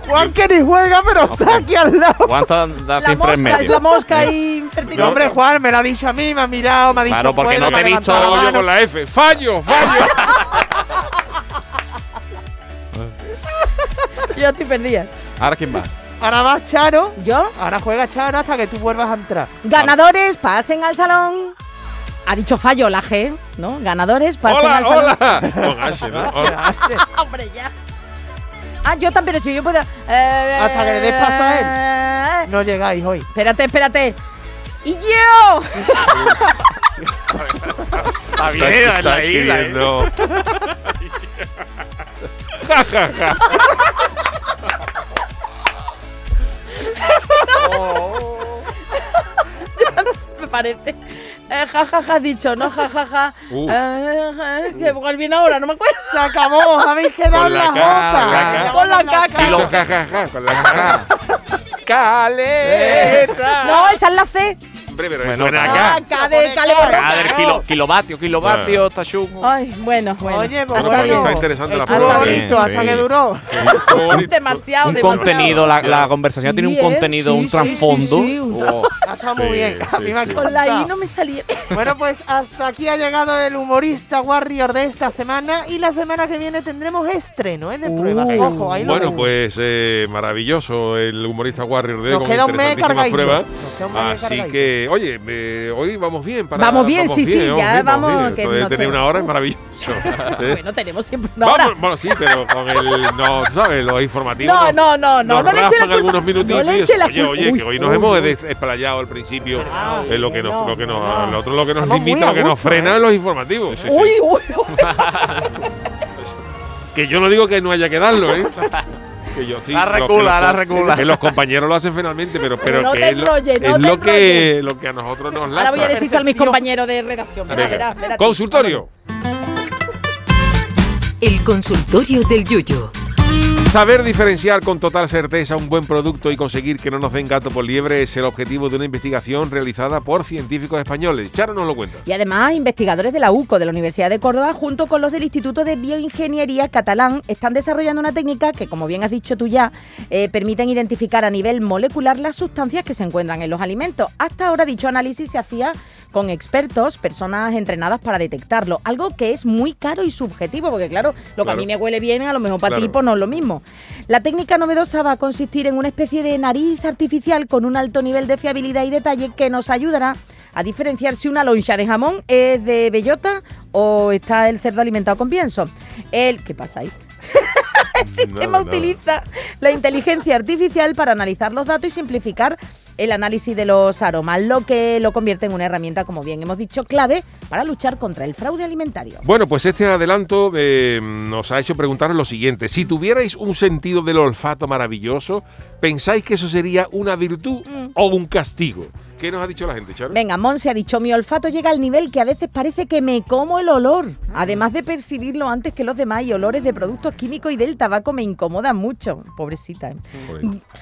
D: Juan que ni juega, pero está aquí al lado.
F: Juan está, está siempre en medio.
C: mosca y
D: No, hombre, Juan, me lo ha dicho a mí, me ha mirado, me ha dicho.
F: Claro, porque
D: "Puedo",
F: no te he visto.
D: levantado
F: Hago yo
D: mano.
F: con la F.
A: ¡Fallo! ¡Fallo!
C: Yo estoy perdida.
F: Ahora quién va.
D: Ahora vas Charo.
C: ¿Yo?
D: Ahora juega Charo hasta que tú vuelvas a entrar.
C: Ganadores, pasen al salón. Ha dicho fallo la G, ¿no? Ganadores, pasen
A: ¡Hola,
C: al salón.
A: hola! Con H, ¿no? Hola.
C: Hombre, ya. Ah, yo también, si yo puedo. eh,
D: Hasta que le des paso a él. No llegáis hoy.
C: Espérate, espérate. ¡Y yo!
F: Está bien,
A: Está-
F: es
A: está
F: la isla. ¿eh?
A: escribiendo. Ja, ja, ja.
C: Me parece. Eh, ja, ja, ja, has dicho, ¿no? Ja, ja, ja.
A: Uf.
C: Eh, eh, que ¿Cuál viene ahora? No me acuerdo.
D: Se acabó, habéis quedado
A: Con
D: en
A: la
D: la
A: caca, la
D: jota.
A: caca.
C: Con la caca.
A: Y los ja, ja, ja, con la ja, ja. Caleta.
C: No, esa es la C.
A: Hombre, pero
F: Bueno,
A: ven
F: acá.
C: Ah, K de Cale Borrosa.
F: Madre, kilo, kilovatio, kilovatio, está chungo.
C: Ay, bueno, bueno.
D: Oye, pues
A: Bueno, pues
D: bueno,
A: está interesante la
D: estuvo
A: prueba.
D: bonito,
A: Bien,
D: hasta
A: sí.
D: que duró.
A: Estuvo bonito.
C: Demasiado,
F: Un
C: demasiado.
F: contenido, la, la conversación tiene un
C: Sí, eh,
F: contenido,
C: sí,
F: un
C: sí, sí,
F: trasfondo.
C: sí, un
F: Oh.
D: Ha estado muy
A: Sí,
D: bien. A
A: sí,
D: mí me ha
A: sí.
C: Con la I
D: encantado.
C: no me salía.
D: Bueno, pues hasta aquí ha llegado el humorista Warrior de esta semana. Y la semana que viene tendremos estreno, ¿eh?
C: Uh.
D: De pruebas. Ojo, ahí lo
A: Uh. Bueno,
D: dejo.
A: pues eh, maravilloso el humorista Warrior de hoy
D: Nos
A: con
D: queda un mes
A: interesantísimas pruebas.
D: cargadito. Nos queda un mes
A: Así
D: cargadito.
A: que, oye, eh, hoy vamos bien. Para,
C: Vamos bien, sí, sí, ya vamos, que
A: Entonces,
C: no
A: tener
C: te-
A: una hora es maravilloso. ¿Eh?
C: Bueno, tenemos siempre una hora.
A: Vamos, bueno, sí, pero con el, no, tú ¿sabes? Los informativos.
C: No, no, no, no,
A: nos
C: no le eche la
A: raspan
C: culpa.
A: algunos minutitos.
C: No le
A: y
C: eche
A: eso.
C: la
A: oye,
C: culpa.
A: oye, que
C: Uy,
A: hoy nos
C: uy,
A: hemos
C: uy.
A: des- desplayado al principio.
C: Claro,
A: es lo que nos,
C: no,
A: lo que nos,
C: no.
A: lo otro lo que nos
D: Estamos muy
A: limita,
D: a
A: lo que nos
D: gusto,
A: frena
D: ¿eh?
A: es los informativos.
C: Uy, uy, uy.
A: Que yo no digo que no haya que darlo, ¿eh? que yo estoy,
F: La
A: lo- que
F: recula,
A: los-
F: la recula.
A: Que los compañeros lo hacen finalmente, pero, pero
C: No
A: que
C: te
A: es, lo,
C: enrolles,
A: es
C: no te
A: lo, que, lo que a nosotros nos lanza.
C: Ahora voy a decir a mis compañeros de redacción. Verá,
A: Venga.
C: verá, verá.
A: Consultorio.
G: El consultorio del Yoyo.
A: Saber diferenciar con total certeza un buen producto y conseguir que no nos den gato por liebre es el objetivo de una investigación realizada por científicos españoles. Charo nos lo cuenta.
C: Y además, investigadores de la UCO, de la Universidad de Córdoba, junto con los del Instituto de Bioingeniería Catalán, están desarrollando una técnica que, como bien has dicho tú ya, eh, permiten identificar a nivel molecular las sustancias que se encuentran en los alimentos. Hasta ahora dicho análisis se hacía con expertos, personas entrenadas para detectarlo, algo que es muy caro y subjetivo, porque claro, lo que a
A: Claro.
C: mí me huele bien, a lo mejor para ti
A: Claro.
C: pues, no es lo mismo. La técnica novedosa va a consistir en una especie de nariz artificial con un alto nivel de fiabilidad y detalle que nos ayudará a diferenciar si una loncha de jamón es de bellota o está el cerdo alimentado con pienso. El, ¿Qué pasa ahí? El sistema
A: Nada, nada.
C: utiliza la inteligencia artificial para analizar los datos y simplificar el análisis de los aromas, lo que lo convierte en una herramienta, como bien hemos dicho, clave para luchar contra el fraude alimentario.
A: Bueno, pues este adelanto eh, nos ha hecho preguntaros lo siguiente. Si tuvierais un sentido del olfato maravilloso, ¿pensáis que eso sería una virtud
C: Mm.
A: o un castigo? ¿Qué nos ha dicho la gente, Charo?
C: Venga, Monse ha dicho, mi olfato llega al nivel que a veces parece que me como el olor. Además de percibirlo antes que los demás y olores de productos químicos y del tabaco me incomodan mucho. Pobrecita. ¿eh?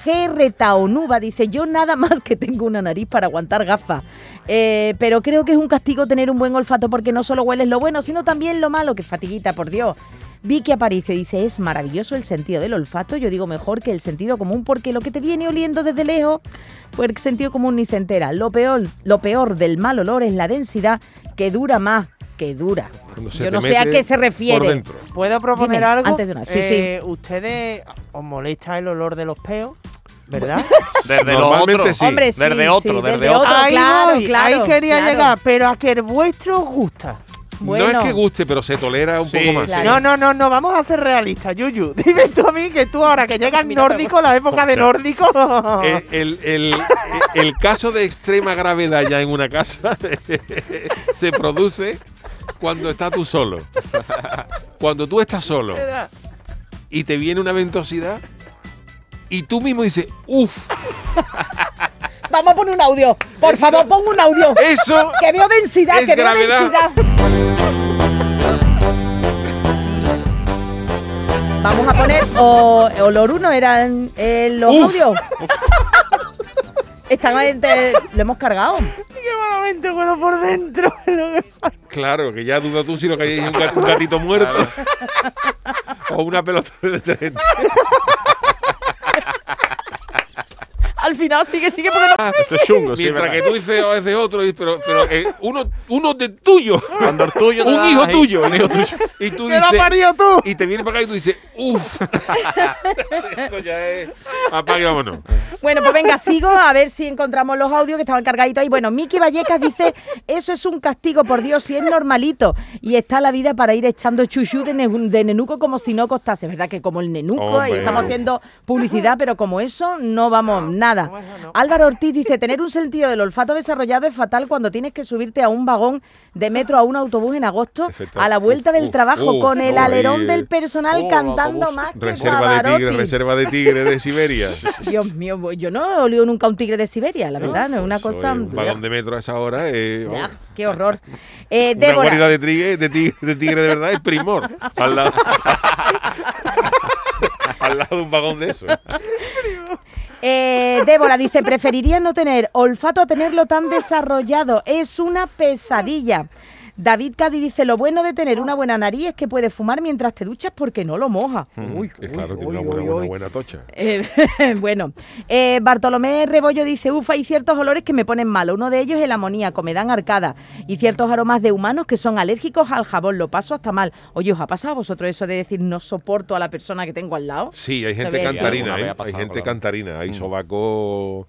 A: Joder.
C: GR Taonuba dice, yo nada más que tengo una nariz para aguantar gafas. Eh, pero creo que es un castigo tener un buen olfato porque no solo hueles lo bueno, sino también lo malo, que fatiguita, por Dios. Vicky Aparicio dice, es maravilloso el sentido del olfato, yo digo mejor que el sentido común porque lo que te viene oliendo desde lejos, pues el sentido común ni se entera. Lo peor, lo peor del mal olor es la densidad que dura más que dura.
A: Cuando se
C: Yo
A: te
C: no sé a
A: mete
C: qué se
A: Por
C: refiere.
A: dentro.
D: ¿Puedo proponer
C: Dime,
D: algo?
C: antes de una- sí,
D: Eh, ¿Ustedes os molesta el olor de los peos? ¿Verdad?
F: Desde los
A: Normalmente
F: otros.
A: sí.
C: Hombre, sí,
F: Desde otro,
C: sí,
F: desde
C: desde
F: otro.
C: otro, claro,
D: voy,
C: claro,
D: ahí quería
C: claro.
D: llegar, pero a que el vuestro os gusta.
C: Bueno.
A: No es que guste, pero se tolera un
F: Sí,
A: poco más. ¿eh?
C: claro.
D: No, no, no, no, vamos a ser realistas, Yuyu. Dime tú a mí que tú ahora que llega el
C: Mira, Eh,
D: nórdico, la época de nórdico.
A: El, Eh, el- el- el caso de extrema gravedad ya en una casa se produce cuando estás tú solo. Cuando tú estás solo y te viene una ventosidad y tú mismo dices, uff,
C: Vamos a poner un audio. Por favor, pon un audio.
A: Eso
C: Que veo densidad,
A: es
C: que veo
A: gravedad.
C: densidad. Vamos a poner. O, olor uno eran eh, los
A: Uf.
C: audios. Están ahí, te- lo hemos cargado.
D: Qué malamente bueno por dentro.
A: Claro, que ya duda tú si lo que hay es un, gat- un gatito muerto. o una pelota de detergente.
C: Al final sigue, sigue porque no.
F: Eso es chungo, sí,
A: Mientras
F: verdad.
A: que tú dices "Oh, es de otro, y- pero, pero eh, uno, uno de tuyo.
F: Cuando el tuyo te
A: un
F: da-
A: hijo
F: ahí,
A: tuyo.
F: un hijo tuyo.
A: Y tú
D: ¡Que lo
A: dices,
D: parió tú!
A: Y te viene para acá y tú dices, uff. Eso ya es. Apague, vámonos.
C: Bueno, pues venga, sigo a ver si encontramos los audios que estaban cargaditos ahí. Bueno, Miki Vallecas dice, eso es un castigo, por Dios, si es normalito. Y está la vida para ir echando chuchu de, ne- de nenuco como si no costase. Es verdad que como el nenuco,
A: Hombre.
C: y estamos haciendo publicidad, pero como eso, no vamos nada. Álvaro Ortiz dice, tener un sentido del olfato desarrollado es fatal cuando tienes que subirte a un vagón de metro a un autobús en agosto
A: Perfecto.
C: a la vuelta del
A: Uh,
C: trabajo
A: uh,
C: con el
A: no,
C: alerón
A: ahí, eh.
C: del personal
F: Oh,
C: cantando
F: autobús.
C: más que
A: Reserva de tigre,
C: Pavarotti.
A: reserva de tigre de Siberia.
C: Dios mío, yo no he olido nunca un tigre de Siberia, la verdad, no es una
A: Eso
C: cosa.
A: es Ah, pues Un vagón de metro a esa hora. eh,
C: Ugh,
A: vamos.
C: ugh, ¡Qué horror! Eh,
A: Una guarida
C: Débora,
A: de tigre, de tigre, de tigre de verdad es primor. Al lado, al lado de un vagón de eso.
C: eh, Débora dice: preferiría no tener olfato a tenerlo tan desarrollado. Es una pesadilla. David Cadi dice: Lo bueno de tener una buena nariz es que puedes fumar mientras te duchas porque no lo moja.
A: Hmm.
C: Uy,
A: Es Mm, claro,
C: uy,
A: tiene una
C: uy,
A: buena,
C: uy,
A: buena,
C: uy.
A: buena tocha.
C: Eh, bueno, eh, Bartolomé Rebollo dice, ufa, hay ciertos olores que me ponen malo. Uno de ellos es el amoníaco, me dan arcada. Y ciertos aromas de humanos que son alérgicos al jabón, lo paso hasta mal. Oye, ¿os ha pasado a vosotros eso de decir no soporto a la persona que tengo al lado?
A: Sí, hay
C: Se
A: gente
C: ve
F: alguna
A: cantarina,
F: vez
A: ¿eh?
F: ha
A: Hay
F: pasado,
A: gente
F: claro.
A: cantarina, hay sobacos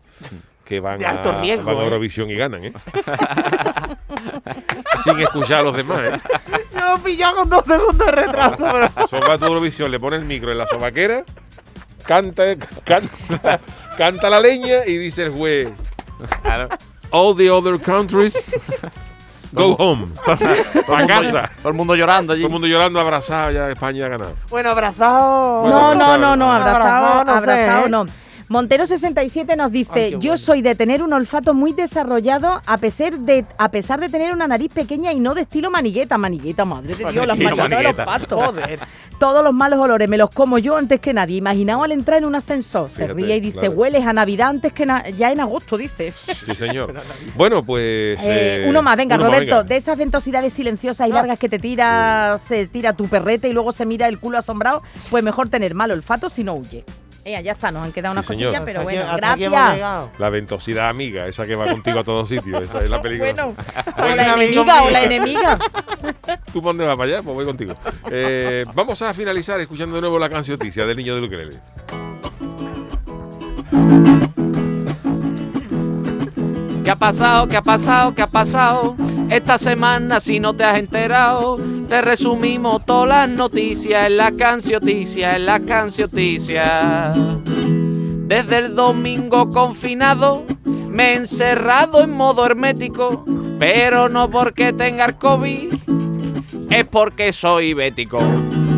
A: que van
D: De
A: a,
D: alto riesgo,
A: van a
D: ¿eh?
A: Eurovisión y ganan, ¿eh? Sin escuchar a los demás, ¿eh?
D: Yo lo he pillado con dos segundos de retraso, pero.
A: Sobaco de Eurovisión, le pone el micro en la sobaquera, canta, canta, canta la leña y dice el juez,
F: Claro.
A: all the other countries go home.
F: Todo
A: Pa'
F: el mundo-
A: casa.
F: Todo el mundo llorando allí.
A: Todo el mundo llorando, abrazado, ya España ha ganado.
D: Bueno,
C: No,
D: abrazado.
A: Bueno,
C: no,
A: abrazado,
C: no, no,
A: ¿no?
C: abrazado,
D: Abrazado, Ah, no sé,
C: abrazado,
D: ¿eh?
C: no. Montero 67 nos dice,
D: Ay, qué
C: yo
D: bueno.
C: soy de tener un olfato muy desarrollado a pesar de a pesar de tener una nariz pequeña y no de estilo manigueta, manigueta, madre de Dios, las
F: Estilo
C: manitas de los
F: manigueta.
C: pasos.
D: Joder.
C: Todos los malos olores me los como yo antes que nadie. Imaginaos al entrar en un ascensor, se
A: Fíjate,
C: ríe y dice,
A: claro.
C: hueles a Navidad antes que na- ya en agosto, dice.
A: Sí, señor. Bueno, pues...
C: Eh,
A: eh,
C: uno más, venga,
A: uno
C: Roberto,
A: venga.
C: de esas ventosidades silenciosas y largas que te tira, se tira tu perrete y luego se mira el culo asombrado, pues mejor tener mal olfato si no huye. Eh, ya está, nos han quedado unas
A: Sí, señor.
C: cosillas, pero
D: Hasta aquí-
C: bueno,
D: hasta aquí hemos
C: gracias.
D: llegado.
A: La ventosidad amiga, esa que va contigo a todos sitios, esa es la película.
C: Bueno,
A: Ven,
C: o la
A: amigo
C: enemiga,
A: mío.
C: o la enemiga.
A: ¿Tú por dónde vas para allá? Pues voy contigo. Eh, vamos a finalizar escuchando de nuevo la cancioticia del niño de ukelele.
F: ¿Qué ha pasado? ¿Qué ha pasado? ¿Qué ha pasado? Esta semana, si no te has enterado, te resumimos todas las noticias en la cancioticia, en la cancioticia. Desde el domingo confinado, me he encerrado en modo hermético, pero no porque tenga el COVID, es porque soy bético.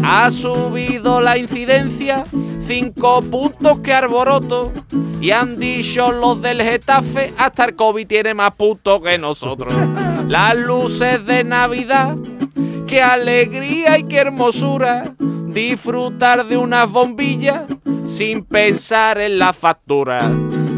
F: Ha subido la incidencia, cinco puntos que arboroto. Y han dicho los del Getafe, hasta el COVID tiene más puntos que nosotros. Las luces de Navidad, qué alegría y qué hermosura. Disfrutar de unas bombillas sin pensar en la factura.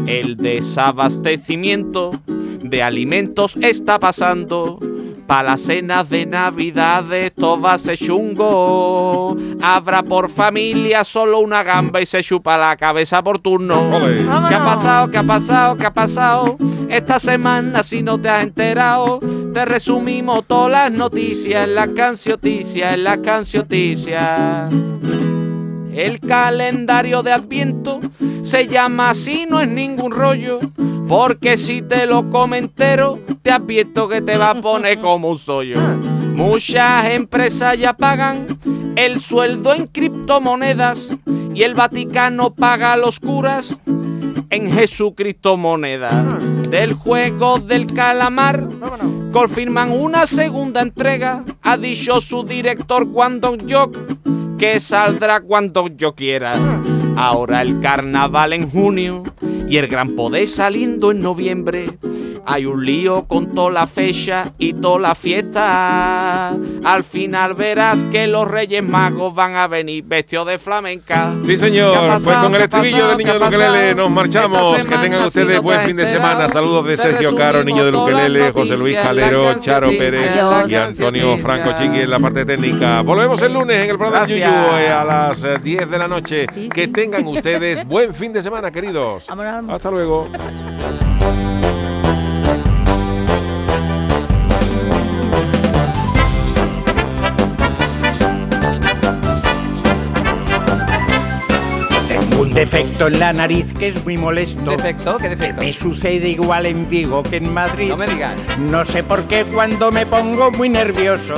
F: El desabastecimiento de alimentos está pasando. Para las cenas de Navidad esto va a ser chungo. Habrá por familia solo una gamba y se chupa la cabeza por turno.
A: Ole.
F: ¿Qué ha pasado? ¿Qué ha pasado? ¿Qué ha pasado? Esta semana, si no te has enterado, te resumimos todas las noticias en la cancioticia, en la cancioticia. El calendario de Adviento se llama así, no es ningún rollo. Porque si te lo comentero, te advierto que te va a poner como un sollo. Muchas empresas ya pagan el sueldo en criptomonedas y el Vaticano paga a los curas en Jesucristo moneda. Del juego del calamar
D: Vámonos.
F: confirman una segunda entrega. Ha dicho su director cuando yo que saldrá cuando yo quiera. Ahora el carnaval en junio y Y el gran poder saliendo en noviembre. Hay un lío con toda la fecha y toda la fiesta. Al final verás que los Reyes Magos van a venir vestidos de flamenca.
A: Sí,
F: ¿Qué ha
A: señor. Pues
F: pasado?
A: con el
F: ¿Qué ha
A: estribillo
F: pasado?
A: de Niño
F: ¿Qué
A: del
F: ha
A: Ukelele
F: pasado?
A: nos marchamos.
F: Esta
A: Que tengan
F: semana ha
A: ustedes
F: sido
A: buen fin de
F: esperado.
A: semana. Saludos de
F: Te
A: Sergio Caro,
F: resumimos
A: Niño del
F: todas las
A: Ukelele, José Luis
F: noticias,
A: Calero,
F: las
A: Charo
F: cancioncitas,
A: Pérez
F: las
A: y Antonio
F: cancioncitas.
A: Franco Chingui en la parte técnica. Volvemos el lunes en el programa de
F: Gracias.
A: Yuyu eh, a las eh, 10 de la noche. Que tengan ustedes buen fin de semana, queridos. Hasta luego.
K: Tengo un defecto en la nariz que es muy molesto. ¿Defecto? ¿Qué defecto? Me sucede igual en Vigo que en Madrid. No me digas. No sé por qué cuando me pongo muy nervioso,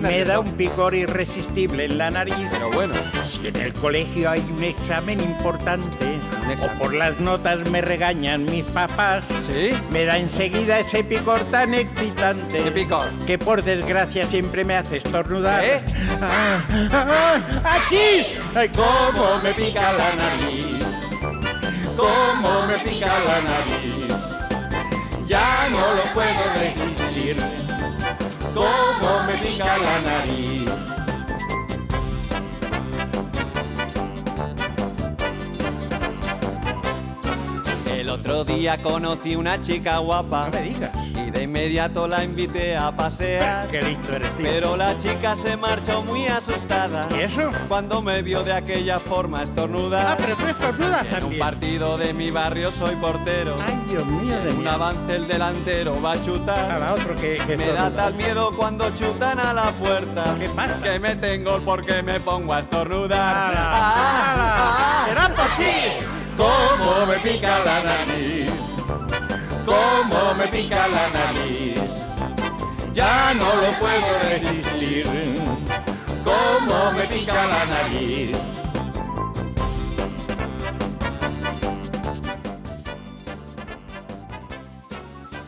K: me da un picor irresistible en la nariz. Pero bueno. Si en el colegio hay un examen importante, o por las notas me regañan mis papás, me da enseguida ese picor tan excitante. Que por desgracia siempre me hace estornudar. Ah, ah, ah, ¡Achis! Ay, cómo me pica la nariz. Cómo me pica la nariz. Ya no lo puedo resistir. Cómo me pica la nariz.
D: El otro día conocí una chica guapa. No me digas. Y de inmediato la invité a pasear.
K: Qué listo eres, tío.
D: Pero la chica se marchó muy asustada.
K: ¿Y eso?
D: Cuando me vio de aquella forma estornudar. Ah, pero tú estornudas En un partido de mi barrio soy portero. Ay,
K: Dios mío, de
D: un
K: mí.
D: avance el delantero va a chutar.
K: A la otro que, que
D: me da
K: estornuda.
D: tal miedo cuando chutan a la puerta. ¿Qué pasa? Que me tengo porque me pongo a estornudar. Ah,
K: ¡Será posible! ¿Cómo me pica la nariz? ¿Cómo me pica la nariz? Ya no lo puedo resistir. ¿Cómo me pica la nariz?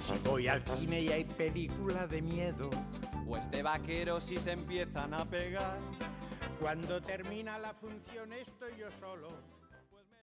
K: Si voy al cine y hay película de miedo,
D: Pues de vaqueros si se empiezan a pegar.
K: cuando termina la función estoy yo solo.